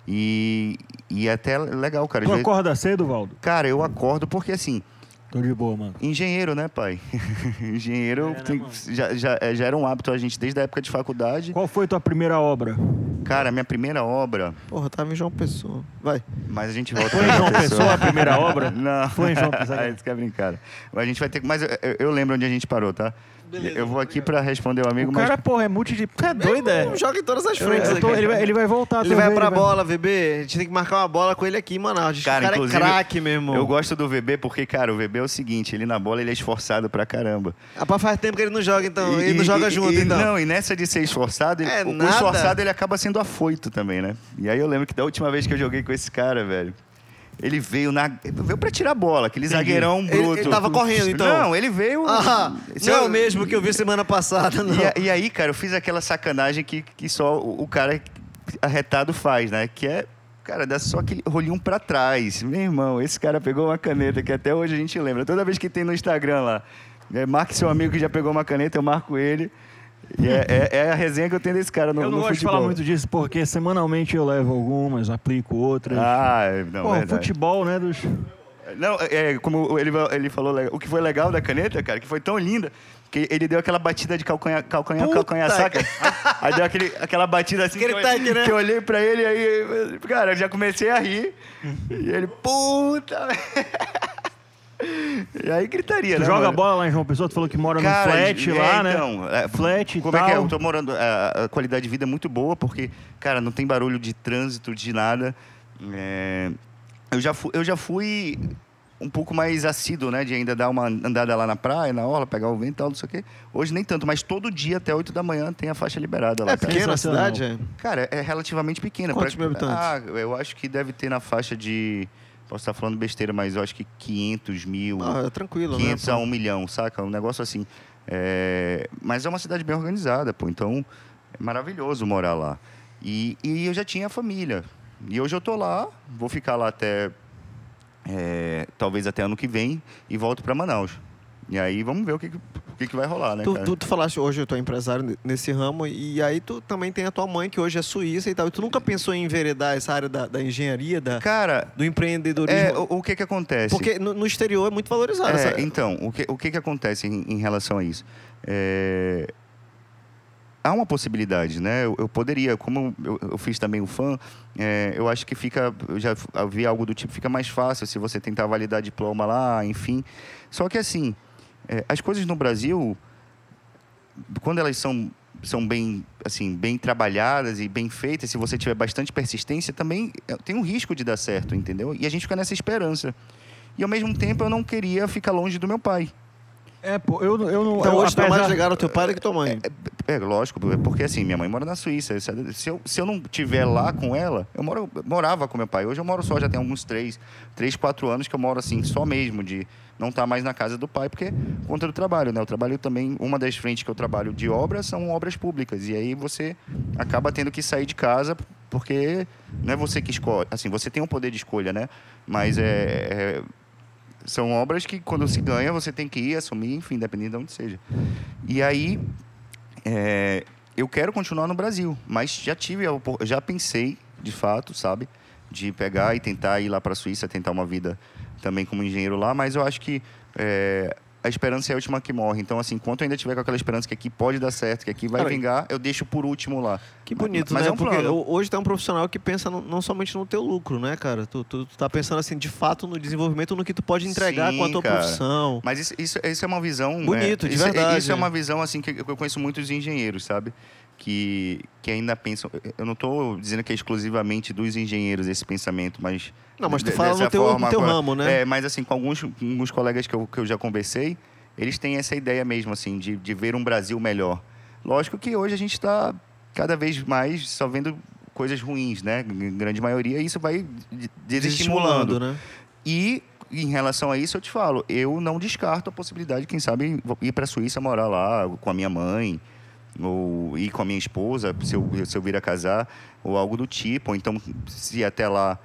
Speaker 3: E, e é até legal, cara.
Speaker 2: Tu
Speaker 3: Às vezes-
Speaker 2: acorda cedo, Valdo?
Speaker 3: Cara, eu acordo porque assim,
Speaker 2: Tô de boa, mano.
Speaker 3: engenheiro, né, pai?
Speaker 2: É,
Speaker 3: engenheiro
Speaker 2: né,
Speaker 3: tem-
Speaker 2: mano?
Speaker 3: já, já, é, já era um hábito a gente desde a época de faculdade.
Speaker 2: Qual foi tua primeira obra?
Speaker 3: Cara, minha primeira obra,
Speaker 1: Porra, tá em João Pessoa. Vai.
Speaker 3: mas a gente volta
Speaker 2: Foi em
Speaker 3: pra
Speaker 2: João Pessoa a primeira obra?
Speaker 3: Não.
Speaker 2: Foi em João Pessoa.
Speaker 3: Aí tu quer brincar. Mas a gente vai ter que. Mas eu, eu- eu lembro onde a gente parou, tá? eu vou aqui pra responder o amigo,
Speaker 2: O
Speaker 3: mas.
Speaker 2: cara, porra, é multi de. Tu é doido, é?
Speaker 1: Não joga em todas as
Speaker 2: Eu-
Speaker 1: frentes
Speaker 2: eu tô-
Speaker 1: aqui.
Speaker 2: ele, vai, ele vai voltar.
Speaker 1: Ele
Speaker 2: tu
Speaker 1: vai
Speaker 2: vê,
Speaker 1: pra bola, VB. A gente tem que marcar uma bola com ele aqui em Manaus. Diz que o cara é
Speaker 3: inclusive,
Speaker 1: craque, meu irmão.
Speaker 3: Eu gosto do VB porque, cara, o VB é o seguinte, ele na bola ele é esforçado pra caramba.
Speaker 1: Rapaz, Ah, faz tempo que ele não joga, então. ele não
Speaker 3: E-
Speaker 1: joga
Speaker 3: e-
Speaker 1: junto,
Speaker 3: e,
Speaker 1: então.
Speaker 3: Não, e nessa de ser esforçado, ele-
Speaker 1: É
Speaker 3: o, o
Speaker 1: nada.
Speaker 3: esforçado ele acaba sendo afoito também, né? E aí eu lembro que da última vez que eu joguei com esse cara, velho, ele veio na ele veio pra tirar a bola, aquele zagueirão
Speaker 1: Ele-
Speaker 3: bruto.
Speaker 1: ele tava correndo, então?
Speaker 3: Não, ele veio...
Speaker 1: Ah,
Speaker 3: Se
Speaker 1: não é
Speaker 3: eu-
Speaker 1: o mesmo que eu vi semana passada, não.
Speaker 3: E, a- e aí, cara, eu fiz aquela sacanagem que, que só o, o cara arretado faz, né? Que é, cara, dá só aquele rolinho pra trás. Meu irmão, esse cara pegou uma caneta que até hoje a gente lembra. Toda vez que tem no Instagram lá, é, marque seu amigo que já pegou uma caneta, eu marco ele. E é, é- é a resenha que eu tenho desse cara no,
Speaker 2: Eu não
Speaker 3: no
Speaker 2: gosto de
Speaker 3: futebol.
Speaker 2: falar muito disso, porque semanalmente eu levo algumas, aplico outras.
Speaker 3: Ah, é- não,
Speaker 2: Pô,
Speaker 3: verdade.
Speaker 2: futebol, né, dos...
Speaker 3: Não, é, como ele, ele falou, legal. o que foi legal da caneta, cara, que foi tão linda, que ele deu aquela batida de calcanhar, calcanhar,
Speaker 1: Puta
Speaker 3: calcanhar, saca? Aí deu aquele, aquela batida assim,
Speaker 1: Aquele
Speaker 3: que,
Speaker 1: tac,
Speaker 3: eu,
Speaker 1: né?
Speaker 3: que eu olhei pra ele, aí, cara, eu já comecei a rir. e ele, puta... e aí gritaria,
Speaker 2: Tu
Speaker 3: né,
Speaker 2: joga
Speaker 3: mano?
Speaker 2: bola lá em João Pessoa, tu falou que mora
Speaker 3: Cara,
Speaker 2: no flat
Speaker 3: é,
Speaker 2: lá,
Speaker 3: então,
Speaker 2: né?
Speaker 3: é,
Speaker 2: flat e
Speaker 3: Como
Speaker 2: tal.
Speaker 3: é que é? Eu tô morando. A, a qualidade de vida é muito boa, porque, cara, não tem barulho de trânsito, de nada. É, eu, já fui, eu já fui um pouco mais assíduo, né? De ainda dar uma andada lá na praia, na orla, pegar o vento e tal, não sei o quê. Hoje nem tanto, mas todo dia até 8 da manhã tem a faixa liberada lá.
Speaker 1: É
Speaker 3: cara.
Speaker 1: pequena a
Speaker 2: Sensacional.
Speaker 1: cidade, é.
Speaker 3: Cara, é relativamente pequena.
Speaker 1: Quantos
Speaker 3: Pra-
Speaker 1: mil habitantes?
Speaker 3: Ah, eu acho que deve ter na faixa de. Posso estar falando besteira, mas eu acho que 500 mil.
Speaker 1: Ah, é tranquilo,
Speaker 3: 500
Speaker 1: né?
Speaker 3: a 1 milhão, saca? Um negócio assim. É, Mas é uma cidade bem organizada, pô. Então, é maravilhoso morar lá. E, e eu já tinha família. E hoje eu tô lá, vou ficar lá até... é, talvez até ano que vem e volto para Manaus. E aí vamos ver o que, que- o que, que vai rolar, né,
Speaker 1: Tu,
Speaker 3: cara?
Speaker 1: tu, tu falaste hoje, eu tô empresário ne- nesse ramo, e aí tu também tem a tua mãe, que hoje é suíça e tal. E tu nunca pensou em enveredar essa área da, da engenharia, da,
Speaker 3: Cara,
Speaker 1: do empreendedorismo?
Speaker 3: é, o, o que que acontece?
Speaker 1: Porque no, no exterior é muito valorizado.
Speaker 3: É,
Speaker 1: essa-
Speaker 3: Então, o que, o que, que acontece em, em relação a isso? É, Há uma possibilidade, né? Eu, eu poderia, como eu, eu fiz também o fã, é, eu acho que fica. Eu já f- vi algo do tipo, fica mais fácil se você tentar validar diploma lá, enfim. Só que assim, é, as coisas no Brasil, quando elas são são bem assim bem trabalhadas e bem feitas se você tiver bastante persistência também é, tem um risco de dar certo entendeu e a gente fica nessa esperança e ao mesmo tempo eu não queria ficar longe do meu pai.
Speaker 2: É, pô, eu, eu não...
Speaker 1: Então
Speaker 2: eu,
Speaker 1: hoje tá mais
Speaker 2: apesar-
Speaker 1: legal o teu pai do que tua mãe.
Speaker 3: É lógico, porque assim, minha mãe mora na Suíça. se- Se eu, se eu não tiver lá com ela, eu, moro, eu morava com meu pai. Hoje eu moro só, já tem alguns três, três, quatro anos que eu moro assim, só mesmo, de não estar mais na casa do pai, porque conta do trabalho, né? Eu trabalho também, uma das frentes que eu trabalho de obra são obras públicas. E aí você acaba tendo que sair de casa, porque não é você que escolhe. Assim, você tem um poder de escolha, né? Mas é- é são obras que quando se ganha você tem que ir assumir, enfim, dependendo de onde seja. E aí é, eu quero continuar no Brasil, mas já tive, a opor- já pensei, de fato, sabe, de pegar e tentar ir lá para a Suíça, tentar uma vida também como engenheiro lá, mas eu acho que é, a esperança é a última que morre. Então, assim, enquanto eu ainda tiver com aquela esperança que aqui pode dar certo, que aqui vai
Speaker 1: Cara,
Speaker 3: vingar, eu deixo por último lá.
Speaker 1: Que
Speaker 3: Mas-
Speaker 1: bonito,
Speaker 3: mas
Speaker 1: né?
Speaker 3: é um
Speaker 1: Porque
Speaker 3: plano.
Speaker 1: ho- hoje tu é um profissional que pensa no- não somente no teu lucro, né, cara? Tu, tu, tu tá pensando, assim, de fato no desenvolvimento, no que tu pode entregar
Speaker 3: Sim,
Speaker 1: com a tua
Speaker 3: cara.
Speaker 1: profissão.
Speaker 3: Mas isso, isso, isso é uma visão.
Speaker 1: Bonito,
Speaker 3: é,
Speaker 1: de
Speaker 3: isso,
Speaker 1: verdade.
Speaker 3: Isso é uma visão, assim, que eu conheço muitos engenheiros, sabe? Que, que ainda pensam. Eu não estou dizendo que é exclusivamente dos engenheiros esse pensamento, mas.
Speaker 1: Não, mas tu
Speaker 3: de-
Speaker 1: fala
Speaker 3: dessa
Speaker 1: no teu,
Speaker 3: forma,
Speaker 1: no teu
Speaker 3: com a-
Speaker 1: ramo, né?
Speaker 3: É, mas assim, com alguns, com alguns colegas que eu, que eu já conversei, eles têm essa ideia mesmo, assim, de, de ver um Brasil melhor. Lógico que hoje a gente está cada vez mais só vendo coisas ruins, né? Em grande maioria, e isso vai de- desestimulando.
Speaker 1: né?
Speaker 3: E em relação a isso, eu te falo, eu não descarto a possibilidade, quem sabe, ir para a Suíça morar lá com a minha mãe, ou ir com a minha esposa, se eu, se eu vir a casar, ou algo do tipo. Ou então, se até lá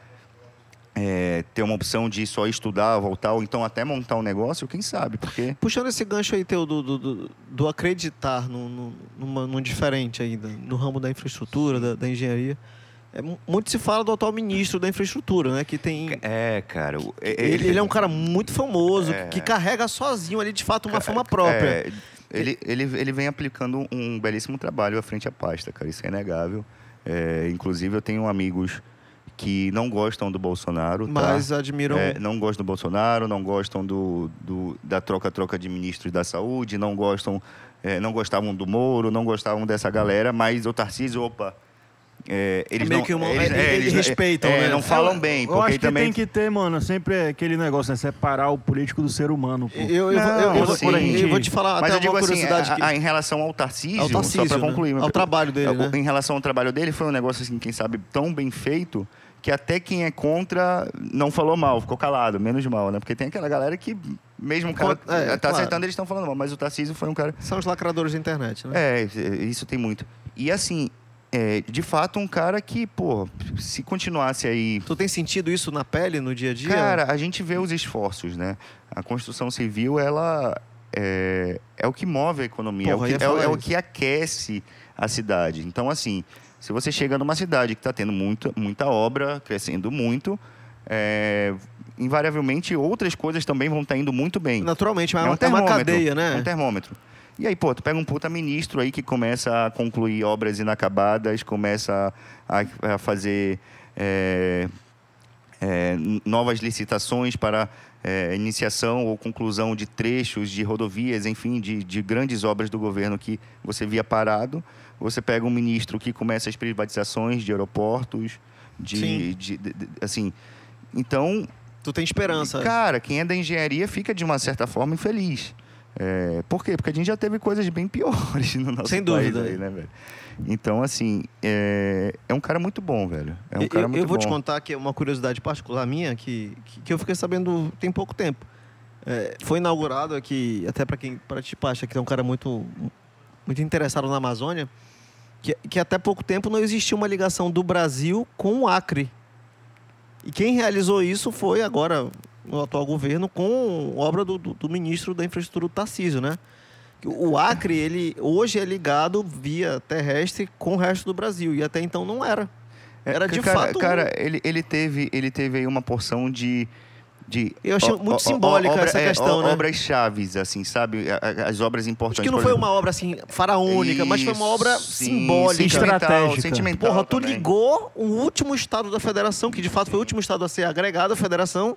Speaker 3: é, ter uma opção de só estudar, voltar, ou então até montar um negócio, quem sabe, porque.
Speaker 1: Puxando esse gancho aí teu do, do, do- do acreditar no, no, numa- num diferente ainda, no ramo da infraestrutura, da, da engenharia. É, mu- muito se fala do atual ministro da infraestrutura, né? Que tem.
Speaker 3: É, cara. o- é-
Speaker 1: Ele, ele é um cara muito famoso, que carrega sozinho ali, de fato, uma fama própria.
Speaker 3: É, ele, ele, ele vem aplicando um belíssimo trabalho à frente à pasta, cara. Isso é inegável. É, inclusive, eu tenho amigos que não gostam do Bolsonaro, tá?
Speaker 1: mas admiram.
Speaker 3: É, não gostam do Bolsonaro, não gostam do, do- da troca-troca de ministros da saúde, não gostam, é, não gostavam do Moro, não gostavam dessa galera, mas o Tarcísio, opa. é, eles
Speaker 1: É meio
Speaker 3: não,
Speaker 1: que uma-
Speaker 3: eles,
Speaker 1: é, eles
Speaker 3: não-
Speaker 1: respeitam,
Speaker 3: é,
Speaker 1: né?
Speaker 3: não falam bem,
Speaker 2: Eu
Speaker 3: porque
Speaker 2: acho que
Speaker 3: também
Speaker 2: tem que ter, mano, sempre é aquele negócio, né? Separar o político do ser humano, pô.
Speaker 1: Eu, eu, eu,
Speaker 3: Não,
Speaker 1: eu- eu-
Speaker 3: assim,
Speaker 1: eu vou te falar
Speaker 3: Mas eu
Speaker 1: até
Speaker 3: digo
Speaker 1: uma
Speaker 3: assim,
Speaker 1: curiosidade
Speaker 3: a-
Speaker 1: que.
Speaker 3: a- em relação ao Tarcísio,
Speaker 1: Ao Tarcísio,
Speaker 3: só para
Speaker 1: né?
Speaker 3: concluir, é
Speaker 1: Ao trabalho dele,
Speaker 3: o-
Speaker 1: né?
Speaker 3: em relação ao trabalho dele, foi um negócio assim, quem sabe, tão bem feito que até quem é contra não falou mal, ficou calado, menos mal, né? Porque tem aquela galera que mesmo o cara
Speaker 1: Con-
Speaker 3: tá
Speaker 1: é, claro.
Speaker 3: acertando, eles estão falando mal, mas o Tarcísio foi um cara
Speaker 1: São os lacradores da internet, né?
Speaker 3: é, isso tem muito. E assim, é, de fato, um cara que, pô, se continuasse aí
Speaker 1: Tu tem sentido isso na pele, no dia a dia?
Speaker 3: Cara, a gente vê os esforços, né? A construção civil, ela é, é o que move a economia,
Speaker 1: Porra,
Speaker 3: é,
Speaker 1: eu
Speaker 3: o que,
Speaker 1: ia
Speaker 3: é o-
Speaker 1: falar
Speaker 3: é o
Speaker 1: isso.
Speaker 3: que aquece a cidade. Então, assim, se você chega numa cidade que está tendo muita, muita obra, crescendo muito, é, invariavelmente outras coisas também vão estar indo muito bem.
Speaker 1: naturalmente, mas
Speaker 3: É
Speaker 1: é,
Speaker 3: um
Speaker 1: uma- é uma
Speaker 3: termômetro,
Speaker 1: cadeia, né?
Speaker 3: Um termômetro. E aí, pô, tu pega um puta ministro aí que começa a concluir obras inacabadas, começa a, a fazer é, é, n- novas licitações para é, iniciação ou conclusão de trechos de rodovias, enfim, de, de grandes obras do governo que você via parado. Você pega um ministro que começa as privatizações de aeroportos, de,
Speaker 1: Sim.
Speaker 3: de- de- de- assim. Então,
Speaker 1: Tu tem esperança.
Speaker 3: Cara, quem é da engenharia fica de uma certa forma infeliz. É, por quê? Porque a gente já teve coisas bem piores no nosso
Speaker 1: Sem
Speaker 3: país
Speaker 1: dúvida.
Speaker 3: aí, né, velho? Então, assim, é, é um cara muito bom, velho. É um
Speaker 1: Eu-
Speaker 3: cara
Speaker 1: eu,
Speaker 3: muito
Speaker 1: eu vou te
Speaker 3: bom.
Speaker 1: contar que é uma curiosidade particular minha que, que, que eu fiquei sabendo tem pouco tempo. É, foi inaugurado aqui, até para quem para tipo acha que é um cara muito muito interessado na Amazônia, que, que até pouco tempo não existia uma ligação do Brasil com o Acre. E quem realizou isso foi agora o atual governo com obra do, do- do ministro da Infraestrutura Tarcísio, né? Que O Acre, ele hoje é ligado via terrestre com o resto do Brasil e até então não era. Era de
Speaker 3: É, cara,
Speaker 1: fato um-
Speaker 3: Cara, ele, ele, teve, ele teve aí uma porção de. de
Speaker 1: Eu achei
Speaker 3: o-
Speaker 1: muito
Speaker 3: o- o-
Speaker 1: simbólica essa
Speaker 3: é,
Speaker 1: questão, né?
Speaker 3: Obras chaves, assim, sabe? A- a- As obras importantes.
Speaker 1: Acho que não
Speaker 3: por
Speaker 1: foi
Speaker 3: exemplo.
Speaker 1: uma obra assim faraônica, mas foi uma obra
Speaker 3: Sim,
Speaker 1: simbólica.
Speaker 2: sim.
Speaker 3: Sentimental,
Speaker 2: Estratégica.
Speaker 3: sentimental
Speaker 1: Porra, tu
Speaker 3: também.
Speaker 1: ligou o último estado da federação, que de fato foi o último estado a ser agregado à federação,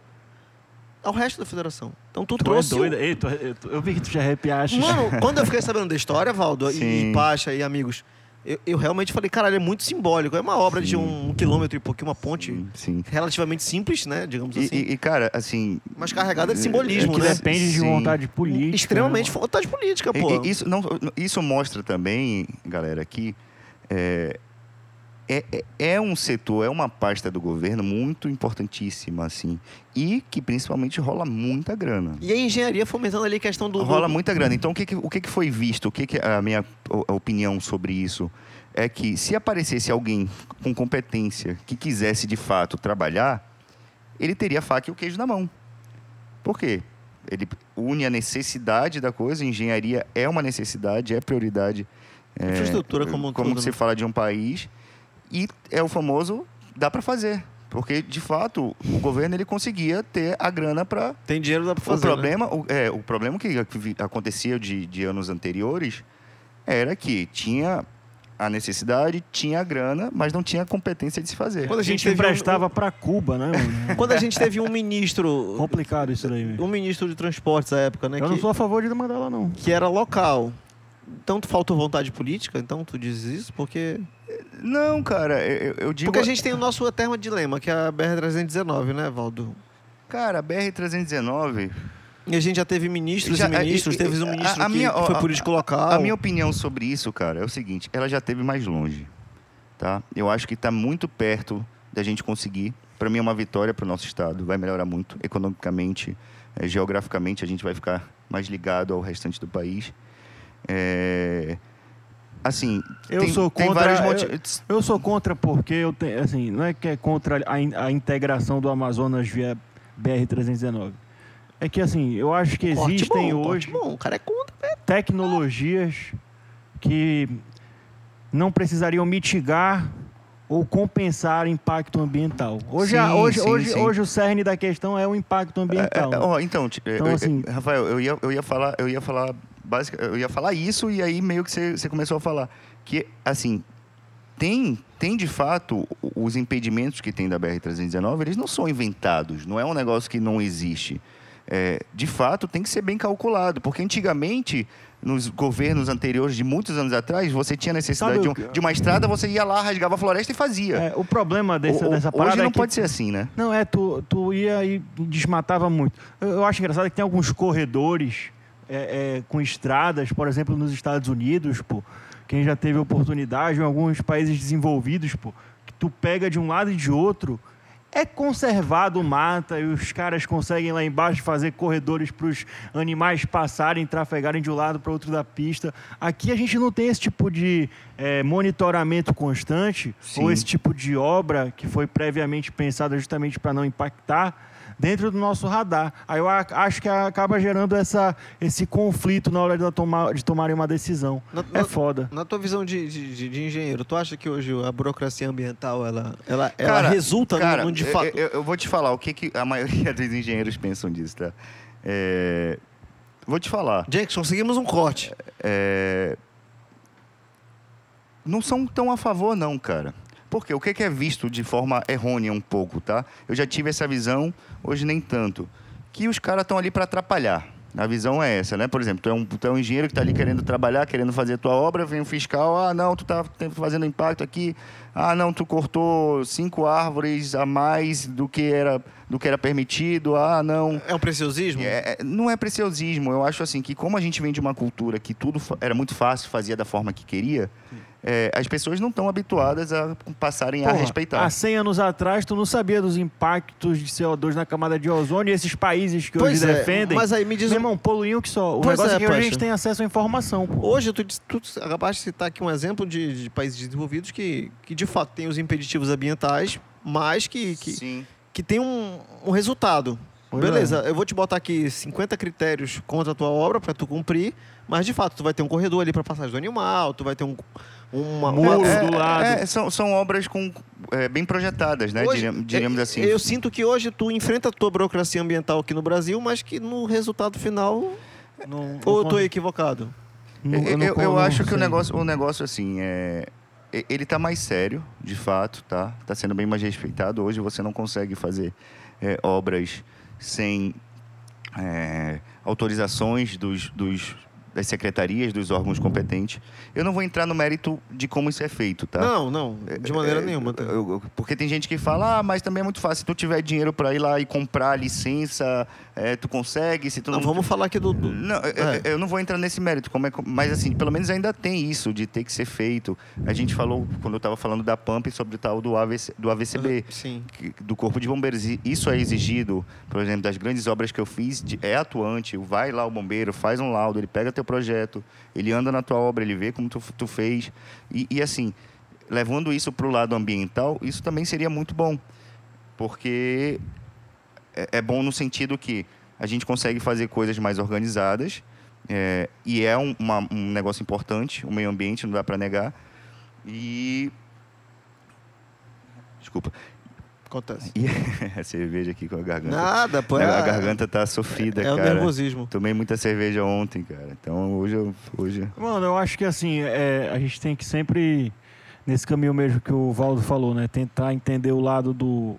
Speaker 1: ao resto da federação. Então tu, trouxe.
Speaker 2: é
Speaker 1: o-
Speaker 2: doido. Ei, tu- eu, tu- eu vi que tu já arrepiaste.
Speaker 1: Mano, quando eu fiquei sabendo da história, Valdo, e,
Speaker 3: Sim.
Speaker 1: e Pacha e amigos, eu, eu realmente falei, caralho, é muito simbólico. É uma obra de um, quilômetro e pouquinho, uma ponte
Speaker 3: Sim, Sim.
Speaker 1: relativamente simples, né? Digamos
Speaker 3: E,
Speaker 1: assim.
Speaker 3: e- e, cara, assim.
Speaker 1: mas carregada de
Speaker 2: É
Speaker 1: simbolismo,
Speaker 2: que
Speaker 1: né?
Speaker 2: depende de
Speaker 3: Sim.
Speaker 2: vontade política.
Speaker 1: Extremamente
Speaker 2: né,
Speaker 1: vontade política,
Speaker 3: E-
Speaker 1: pô.
Speaker 3: e É, isso, não, isso mostra também, galera, que é, é, é- é um setor, é uma pasta do governo muito importantíssima, assim. E que principalmente rola muita grana.
Speaker 1: E a engenharia fomentando ali a questão do.
Speaker 3: Rola
Speaker 1: do-
Speaker 3: muita grana. Então, o que, que- o que, que foi visto? O que, que a minha o- a opinião sobre isso é que se aparecesse alguém com competência que quisesse de fato trabalhar, ele teria a faca e o queijo na mão. Por quê? Ele une a necessidade da coisa, engenharia é uma necessidade, é prioridade. é,
Speaker 1: Infraestrutura como um
Speaker 3: como
Speaker 1: todo,
Speaker 3: que se
Speaker 1: né?
Speaker 3: fala de um país. E é o famoso dá para fazer. Pô, Porque, de fato, o governo ele conseguia ter a grana para
Speaker 1: Tem dinheiro, dá pra fazer.
Speaker 3: o
Speaker 1: né?
Speaker 3: problema, o, é, o problema que vi- acontecia de, de anos anteriores era que tinha a necessidade, tinha a grana, mas não tinha a competência de se fazer.
Speaker 1: Quando
Speaker 2: A
Speaker 1: a gente
Speaker 2: gente
Speaker 1: teve um-
Speaker 2: emprestava pra Cuba, né, mano? É
Speaker 1: Quando a gente teve um ministro,
Speaker 2: Complicado isso daí, velho.
Speaker 1: um ministro de transportes à época, né?
Speaker 2: Eu
Speaker 1: que-
Speaker 2: não sou a favor de mandar lá, não.
Speaker 1: que era local. Então tu faltou vontade política, então tu diz isso, porque.
Speaker 3: Não, cara, eu, eu- eu digo.
Speaker 1: Porque a gente tem o nosso eterno dilema, que é a BR-319, né, Valdo?
Speaker 3: Cara, a BR-319,
Speaker 1: E a gente já teve ministros
Speaker 3: Já- é,
Speaker 1: e ministros,
Speaker 3: e- e-
Speaker 1: teve um
Speaker 3: a-
Speaker 1: ministro
Speaker 3: a
Speaker 1: que
Speaker 3: minha-
Speaker 1: foi
Speaker 3: a-
Speaker 1: político local.
Speaker 3: a minha opinião sobre isso, cara, é o seguinte: ela já teve mais longe. Tá? Eu acho que está muito perto da gente conseguir. Para mim é uma vitória para o nosso estado. Vai melhorar muito economicamente, eh, geograficamente. A gente vai ficar mais ligado ao restante do país. É, Assim,
Speaker 2: Eu
Speaker 3: tem,
Speaker 2: sou
Speaker 3: tem
Speaker 2: contra-
Speaker 3: vários
Speaker 2: eu-
Speaker 3: motivos.
Speaker 2: Eu sou contra porque eu tenho, assim, não é que é contra a, in- a integração do Amazonas via BR-319. É que, assim, eu acho que
Speaker 1: Corte
Speaker 2: existem
Speaker 1: bom, corte
Speaker 2: hoje
Speaker 1: Bom, o cara é contra.
Speaker 2: tecnologias que não precisariam mitigar ou compensar impacto ambiental. Hoje, a-
Speaker 3: Sim,
Speaker 2: hoje,
Speaker 3: sim,
Speaker 2: hoje,
Speaker 3: sim.
Speaker 2: hoje o cerne da questão é o impacto ambiental.
Speaker 3: É, ó, então, ti-
Speaker 2: Então,
Speaker 3: eu- eu-
Speaker 2: assim-
Speaker 3: Rafael, eu ia, eu ia falar, eu ia falar basic, eu ia falar isso e aí meio que você você começou a falar que assim tem tem de fato o- os impedimentos que tem da BR 319, eles não são inventados, não é um negócio que não existe. É, de fato, tem que ser bem calculado, porque antigamente nos governos anteriores de muitos anos atrás, você tinha necessidade
Speaker 2: Sabe
Speaker 3: de,
Speaker 2: o
Speaker 3: um-
Speaker 2: que-
Speaker 3: de uma estrada, você ia lá, rasgava a floresta e fazia.
Speaker 2: É, o problema dessa,
Speaker 3: O- o-
Speaker 2: dessa parada
Speaker 3: hoje não
Speaker 2: é que
Speaker 3: pode ser assim, né?
Speaker 2: Não, é, tu, tu ia e desmatava muito. Eu, eu acho engraçado que tem alguns corredores é, é, com estradas, por exemplo, nos Estados Unidos, pô. Quem já teve oportunidade, ou em alguns países desenvolvidos, pô, que tu pega de um lado e de outro, é conservado o mata e os caras conseguem lá embaixo fazer corredores para os animais passarem, trafegarem de um lado para outro da pista. Aqui a gente não tem esse tipo de é, monitoramento constante ou
Speaker 3: Sim.
Speaker 2: esse tipo de obra que foi previamente pensada justamente para não impactar dentro do nosso radar. Aí eu a- acho que acaba gerando essa, esse conflito na hora de, tomar, de tomarem uma decisão.
Speaker 1: Na-
Speaker 2: É
Speaker 1: na-
Speaker 2: foda.
Speaker 1: Na tua visão de, de- de- de engenheiro, tu acha que hoje a burocracia ambiental ela, ela, ela
Speaker 3: Cara,
Speaker 1: resulta
Speaker 3: cara,
Speaker 1: no, no de
Speaker 3: eu-
Speaker 1: fato?
Speaker 3: Eu, eu vou te falar o que, que a maioria dos engenheiros pensam disso, tá? É, vou te falar.
Speaker 1: Jackson, conseguimos um corte.
Speaker 3: é, não são tão a favor, não, cara. Porque o que que é visto de forma errônea um pouco, tá? Eu já tive essa visão, hoje nem tanto. Que os caras estão ali para atrapalhar. A visão é essa, né? Por exemplo, tu é um, tu é um engenheiro que está ali querendo trabalhar, querendo fazer a tua obra, vem um fiscal, ah, não, tu tá te- fazendo impacto aqui, ah, não, tu cortou cinco árvores a mais do que era, do que era permitido, ah, não,
Speaker 1: É um preciosismo?
Speaker 3: é, é, não é preciosismo. Eu acho assim que como a gente vem de uma cultura que tudo fa- era muito fácil, fazia da forma que queria, é, as pessoas não estão habituadas a
Speaker 1: é
Speaker 3: passarem a
Speaker 2: Porra, assim
Speaker 3: respeitar.
Speaker 2: Há 100 anos atrás, tu não sabia dos impactos de CO2 na camada de ozônio e esses países que
Speaker 1: Pois
Speaker 2: hoje
Speaker 1: é,
Speaker 2: defendem.
Speaker 1: mas aí me diz
Speaker 2: Meu
Speaker 1: um-
Speaker 2: irmão, poluíam que só. O
Speaker 1: Pois
Speaker 2: negócio
Speaker 1: é,
Speaker 2: é, que hoje a
Speaker 1: Pacha.
Speaker 2: gente tem acesso à informação, pô.
Speaker 1: Hoje, tu, dis- tu acabaste de citar aqui um exemplo de, de países desenvolvidos que, que de fato tem os impeditivos ambientais, mas que, que,
Speaker 3: Sim.
Speaker 1: que tem um, um resultado.
Speaker 2: Pois
Speaker 1: Beleza,
Speaker 3: é.
Speaker 1: eu vou te botar aqui 50 critérios contra a tua obra para tu cumprir, mas de fato tu vai ter um corredor ali para passagem do animal, tu vai ter um uma, uma-
Speaker 2: Muro
Speaker 1: É,
Speaker 2: do lado.
Speaker 3: É, são, são obras com, é, bem projetadas, né?
Speaker 1: hoje-
Speaker 3: Diria- diríamos
Speaker 1: eu-
Speaker 3: assim.
Speaker 1: Eu sinto que hoje tu enfrenta a tua burocracia ambiental aqui no Brasil, mas que no resultado final
Speaker 2: Não-
Speaker 1: ou eu
Speaker 2: não-
Speaker 1: tô equivocado.
Speaker 2: não-
Speaker 3: eu,
Speaker 2: não-
Speaker 3: eu- eu
Speaker 2: não
Speaker 3: acho que o
Speaker 2: sei.
Speaker 3: negócio, o negócio assim é e- ele tá mais sério, de fato, tá? Tá sendo bem mais respeitado. Hoje você não consegue fazer é, obras sem é, autorizações dos, dos- das secretarias, dos órgãos competentes. Eu não vou entrar no mérito de como isso é feito, tá?
Speaker 1: Não, não, de maneira
Speaker 3: É,
Speaker 1: nenhuma. tá?
Speaker 3: eu- eu- porque tem gente que fala, ah, mas também é muito fácil. Se tu tiver dinheiro para ir lá e comprar a licença, é, tu consegue. Se tu
Speaker 1: Não,
Speaker 3: não,
Speaker 1: vamos falar aqui do. do-
Speaker 3: não, eu-
Speaker 1: É.
Speaker 3: eu, eu não vou entrar nesse mérito, como é que- mas assim, pelo menos ainda tem isso de ter que ser feito. A gente falou, quando eu estava falando da PAMP, sobre o tal do, AVC, do AVCB,
Speaker 1: Sim.
Speaker 3: que- do Corpo de Bombeiros. E Isso é exigido, por exemplo, das grandes obras que eu fiz, de- é atuante, vai lá o bombeiro, faz um laudo, ele pega teu projeto, ele anda na tua obra, ele vê como tu, tu fez. E, e, assim, levando isso para o lado ambiental, isso também seria muito bom. Porque é, é bom no sentido que a gente consegue fazer coisas mais organizadas, é, e é um, uma- um negócio importante, o meio ambiente, não dá para negar. E. Desculpa.
Speaker 1: Acontece.
Speaker 3: E a cerveja aqui com a garganta.
Speaker 1: Nada, pô.
Speaker 3: Não,
Speaker 1: é-
Speaker 3: a garganta tá sofrida,
Speaker 1: É o
Speaker 3: cara.
Speaker 1: nervosismo.
Speaker 3: Tomei muita cerveja ontem, cara. Então hoje eu. Hoje...
Speaker 2: Mano, eu acho que assim, é, a gente tem que sempre, nesse caminho mesmo que o Valdo falou, né? Tentar entender o lado do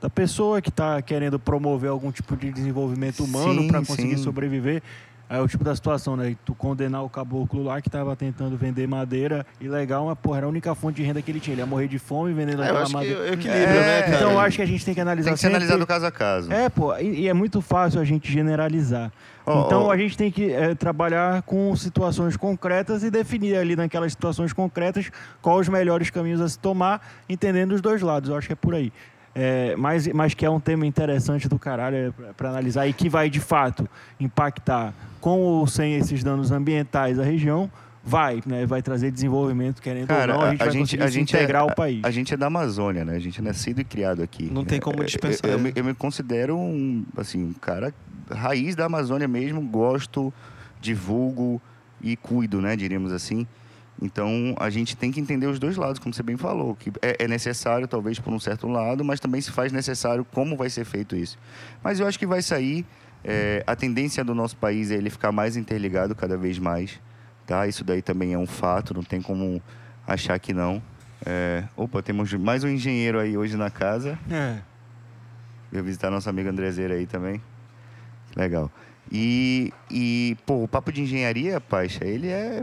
Speaker 2: da pessoa que tá querendo promover algum tipo de desenvolvimento humano
Speaker 3: Sim,
Speaker 2: para conseguir
Speaker 3: sim.
Speaker 2: sobreviver. Aí é o tipo da situação, né? Tu condenar o caboclo lá que tava tentando vender madeira ilegal, mas porra, era a única fonte de renda que ele tinha. Ele ia morrer de fome vendendo
Speaker 1: É, eu
Speaker 2: aquela
Speaker 1: acho que
Speaker 2: madeira.
Speaker 1: o equilíbrio,
Speaker 3: É,
Speaker 1: né, cara?
Speaker 2: Então eu acho que a gente tem que analisar
Speaker 3: Tem que ser
Speaker 2: sempre-
Speaker 3: analisado caso a caso.
Speaker 2: é, pô, e, e é muito fácil a gente generalizar.
Speaker 3: Ó,
Speaker 2: então
Speaker 3: ó.
Speaker 2: a gente tem que eh, trabalhar com situações concretas e definir ali naquelas situações concretas quais os melhores caminhos a se tomar, entendendo os dois lados. Eu acho que é por aí. É, mas, mas que é um tema interessante do caralho para analisar e que vai de fato impactar com ou sem esses danos ambientais a região. Vai, né? Vai trazer desenvolvimento, querendo
Speaker 3: Cara,
Speaker 2: ou não, a gente vai conseguir se integrar
Speaker 3: é,
Speaker 2: o país.
Speaker 3: A, a gente é da Amazônia, né? A gente é nascido e criado aqui.
Speaker 1: Não tem como
Speaker 3: É, é,
Speaker 1: dispensar,
Speaker 3: Eu, eu
Speaker 1: né?
Speaker 3: me, eu me considero um, assim, um cara raiz da Amazônia mesmo, gosto, divulgo e cuido, né? Diríamos assim. Então, a gente tem que entender os dois lados, como você bem falou, que é, é necessário, talvez, por um certo lado, mas também se faz necessário como vai ser feito isso. Mas eu acho que vai sair, é, a tendência do nosso país é ele ficar mais interligado cada vez mais, tá? Isso daí também é um fato, não tem como achar que não. É, opa, temos mais um engenheiro aí hoje na casa.
Speaker 2: É.
Speaker 3: Eu visitar nosso amigo Andrezeira aí também. Legal. E, e, pô, o papo de engenharia, Paixa, ele é,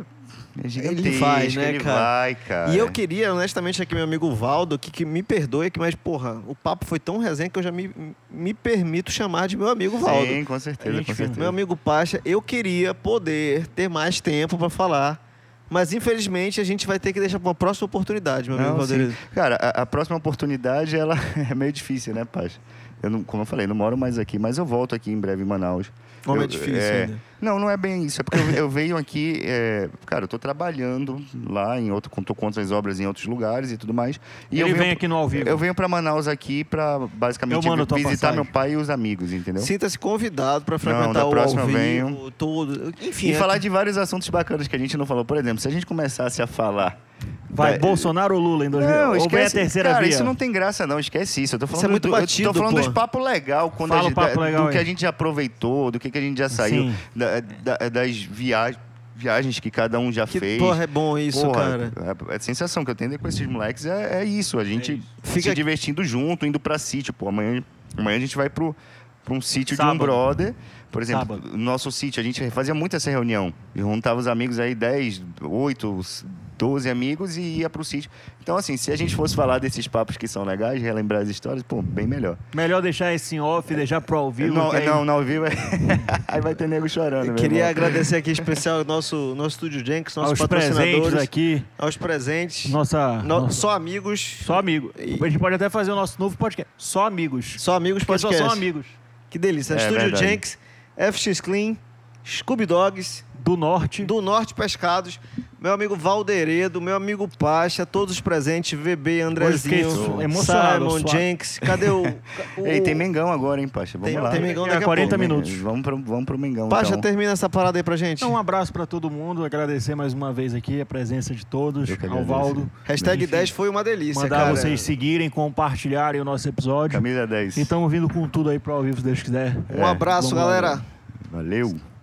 Speaker 3: é gigantesco.
Speaker 1: vai, né,
Speaker 3: ele
Speaker 1: cara?
Speaker 3: vai, cara.
Speaker 1: E eu queria, honestamente, aqui meu amigo Valdo, que, que me perdoe, que, mas, porra, o papo foi tão resenha que eu já me, me permito chamar de meu amigo Valdo.
Speaker 3: Sim, com
Speaker 2: A
Speaker 3: certeza,
Speaker 2: gente
Speaker 3: com
Speaker 2: fica-
Speaker 3: certeza.
Speaker 1: Meu amigo Pacha, eu queria poder ter mais tempo pra falar, mas infelizmente a gente vai ter que deixar pra uma próxima oportunidade, meu amigo
Speaker 3: Não,
Speaker 1: Valdeiro.
Speaker 3: sim. Cara, a, a próxima oportunidade ela é meio difícil, né, Pacha? Eu não, como eu falei, não moro mais aqui, mas eu volto aqui em breve em Manaus.
Speaker 1: Como é
Speaker 3: Eu-
Speaker 1: difícil ainda.
Speaker 3: Não, não é bem isso. É porque eu, eu venho aqui, é, cara, eu tô trabalhando lá em outro, tô com outras obras em outros lugares e tudo mais. E eu
Speaker 2: Ele
Speaker 3: venho
Speaker 2: vem aqui no ao vivo.
Speaker 3: Eu venho pra Manaus aqui pra basicamente
Speaker 2: Eu mando tua
Speaker 3: visitar
Speaker 2: passagem.
Speaker 3: meu pai e os amigos, entendeu?
Speaker 1: Sinta-se convidado pra frequentar
Speaker 3: da
Speaker 1: o
Speaker 3: próxima
Speaker 1: ao
Speaker 3: eu
Speaker 1: vivo,
Speaker 3: venho.
Speaker 1: tudo. Enfim,
Speaker 3: E
Speaker 1: é-
Speaker 3: falar de vários assuntos bacanas que a gente não falou. Por exemplo, se a gente começasse a falar.
Speaker 2: Vai
Speaker 3: da-
Speaker 2: Bolsonaro ou Lula em 2000?
Speaker 3: Não,
Speaker 2: ou vem a
Speaker 3: esquece.
Speaker 2: terceira
Speaker 3: cara,
Speaker 2: via?
Speaker 3: isso não tem graça, não. Esquece isso. Eu tô falando,
Speaker 1: é muito
Speaker 3: do, eu
Speaker 1: batido,
Speaker 3: tô falando
Speaker 1: pô.
Speaker 3: dos papos legal, quando
Speaker 2: Fala
Speaker 3: a
Speaker 2: o
Speaker 3: gente,
Speaker 2: papo
Speaker 3: da-
Speaker 2: legal
Speaker 3: do que
Speaker 2: aí.
Speaker 3: a gente já aproveitou, do que, que a gente já saiu,
Speaker 2: Sim.
Speaker 3: da- da- das viagens, viagens que cada um já
Speaker 1: que
Speaker 3: fez.
Speaker 1: porra é bom isso,
Speaker 3: Porra,
Speaker 1: cara.
Speaker 3: A, a é, sensação que eu tenho com esses moleques é, é isso. A gente
Speaker 2: isso.
Speaker 1: Fica-
Speaker 3: se divertindo junto, indo pra sítio. Pô, amanhã, amanhã a gente vai pro, pra um sítio de um
Speaker 2: Sábado.
Speaker 3: brother. Por exemplo,
Speaker 2: Sábado.
Speaker 3: no nosso sítio, a gente fazia muito essa reunião. Juntava os amigos aí, 10, 8, 12 amigos e ia pro sítio. Então, assim, se a gente fosse falar desses papos que são legais, relembrar as histórias, pô, bem melhor.
Speaker 2: Melhor deixar esse em off, deixar pro ao vivo.
Speaker 3: não,
Speaker 2: que aí-
Speaker 3: não, não, viu? aí vai ter nego chorando.
Speaker 1: Eu
Speaker 3: meu
Speaker 1: queria
Speaker 3: irmão.
Speaker 1: agradecer aqui em especial ao nosso, nosso Estúdio Jenks, nossos
Speaker 2: aos presentes
Speaker 1: patrocinadores,
Speaker 2: aqui.
Speaker 1: aos presentes,
Speaker 2: Nossa,
Speaker 1: no-
Speaker 2: nossa-
Speaker 1: só amigos,
Speaker 2: Só amigos. A gente pode até fazer o nosso novo podcast. Só amigos.
Speaker 1: só amigos
Speaker 2: Porque só
Speaker 1: podcast.
Speaker 2: são amigos.
Speaker 1: Que delícia.
Speaker 3: É
Speaker 1: Estúdio
Speaker 3: verdade.
Speaker 1: Jenks, FX Clean, Scooby Dogs,
Speaker 2: Do norte.
Speaker 1: do Norte Pescados, meu amigo Valderedo, meu amigo Pacha, todos os presentes, VB, Andrezinho,
Speaker 2: Hoje fiquei emocionado,
Speaker 1: Simon,
Speaker 2: suado.
Speaker 1: Jenks, cadê o... o
Speaker 3: Ei, tem Mengão agora, hein, Pacha? Vamos
Speaker 1: Tem-
Speaker 3: lá.
Speaker 1: tem Mengão daqui a
Speaker 2: 40
Speaker 1: pouco.
Speaker 2: É,
Speaker 1: É,
Speaker 2: minutos.
Speaker 3: Vamos pro, vamos pro Mengão,
Speaker 1: Pacha,
Speaker 3: então.
Speaker 1: termina essa parada aí pra gente.
Speaker 2: Então, um abraço para todo mundo. Agradecer mais uma vez aqui a presença de todos.
Speaker 3: Eu que
Speaker 2: Ao
Speaker 3: agradeço.
Speaker 2: Valdo.
Speaker 1: Hashtag
Speaker 2: Enfim,
Speaker 1: 10 foi uma delícia,
Speaker 2: Mandar
Speaker 1: cara. é-
Speaker 2: vocês seguirem, compartilharem o nosso episódio.
Speaker 3: Camisa 10.
Speaker 2: Então, E estamos vindo com tudo aí pro ao vivo, se Deus quiser.
Speaker 1: Um abraço,
Speaker 2: É, Vamos lá,
Speaker 1: galera.
Speaker 2: galera.
Speaker 3: Valeu.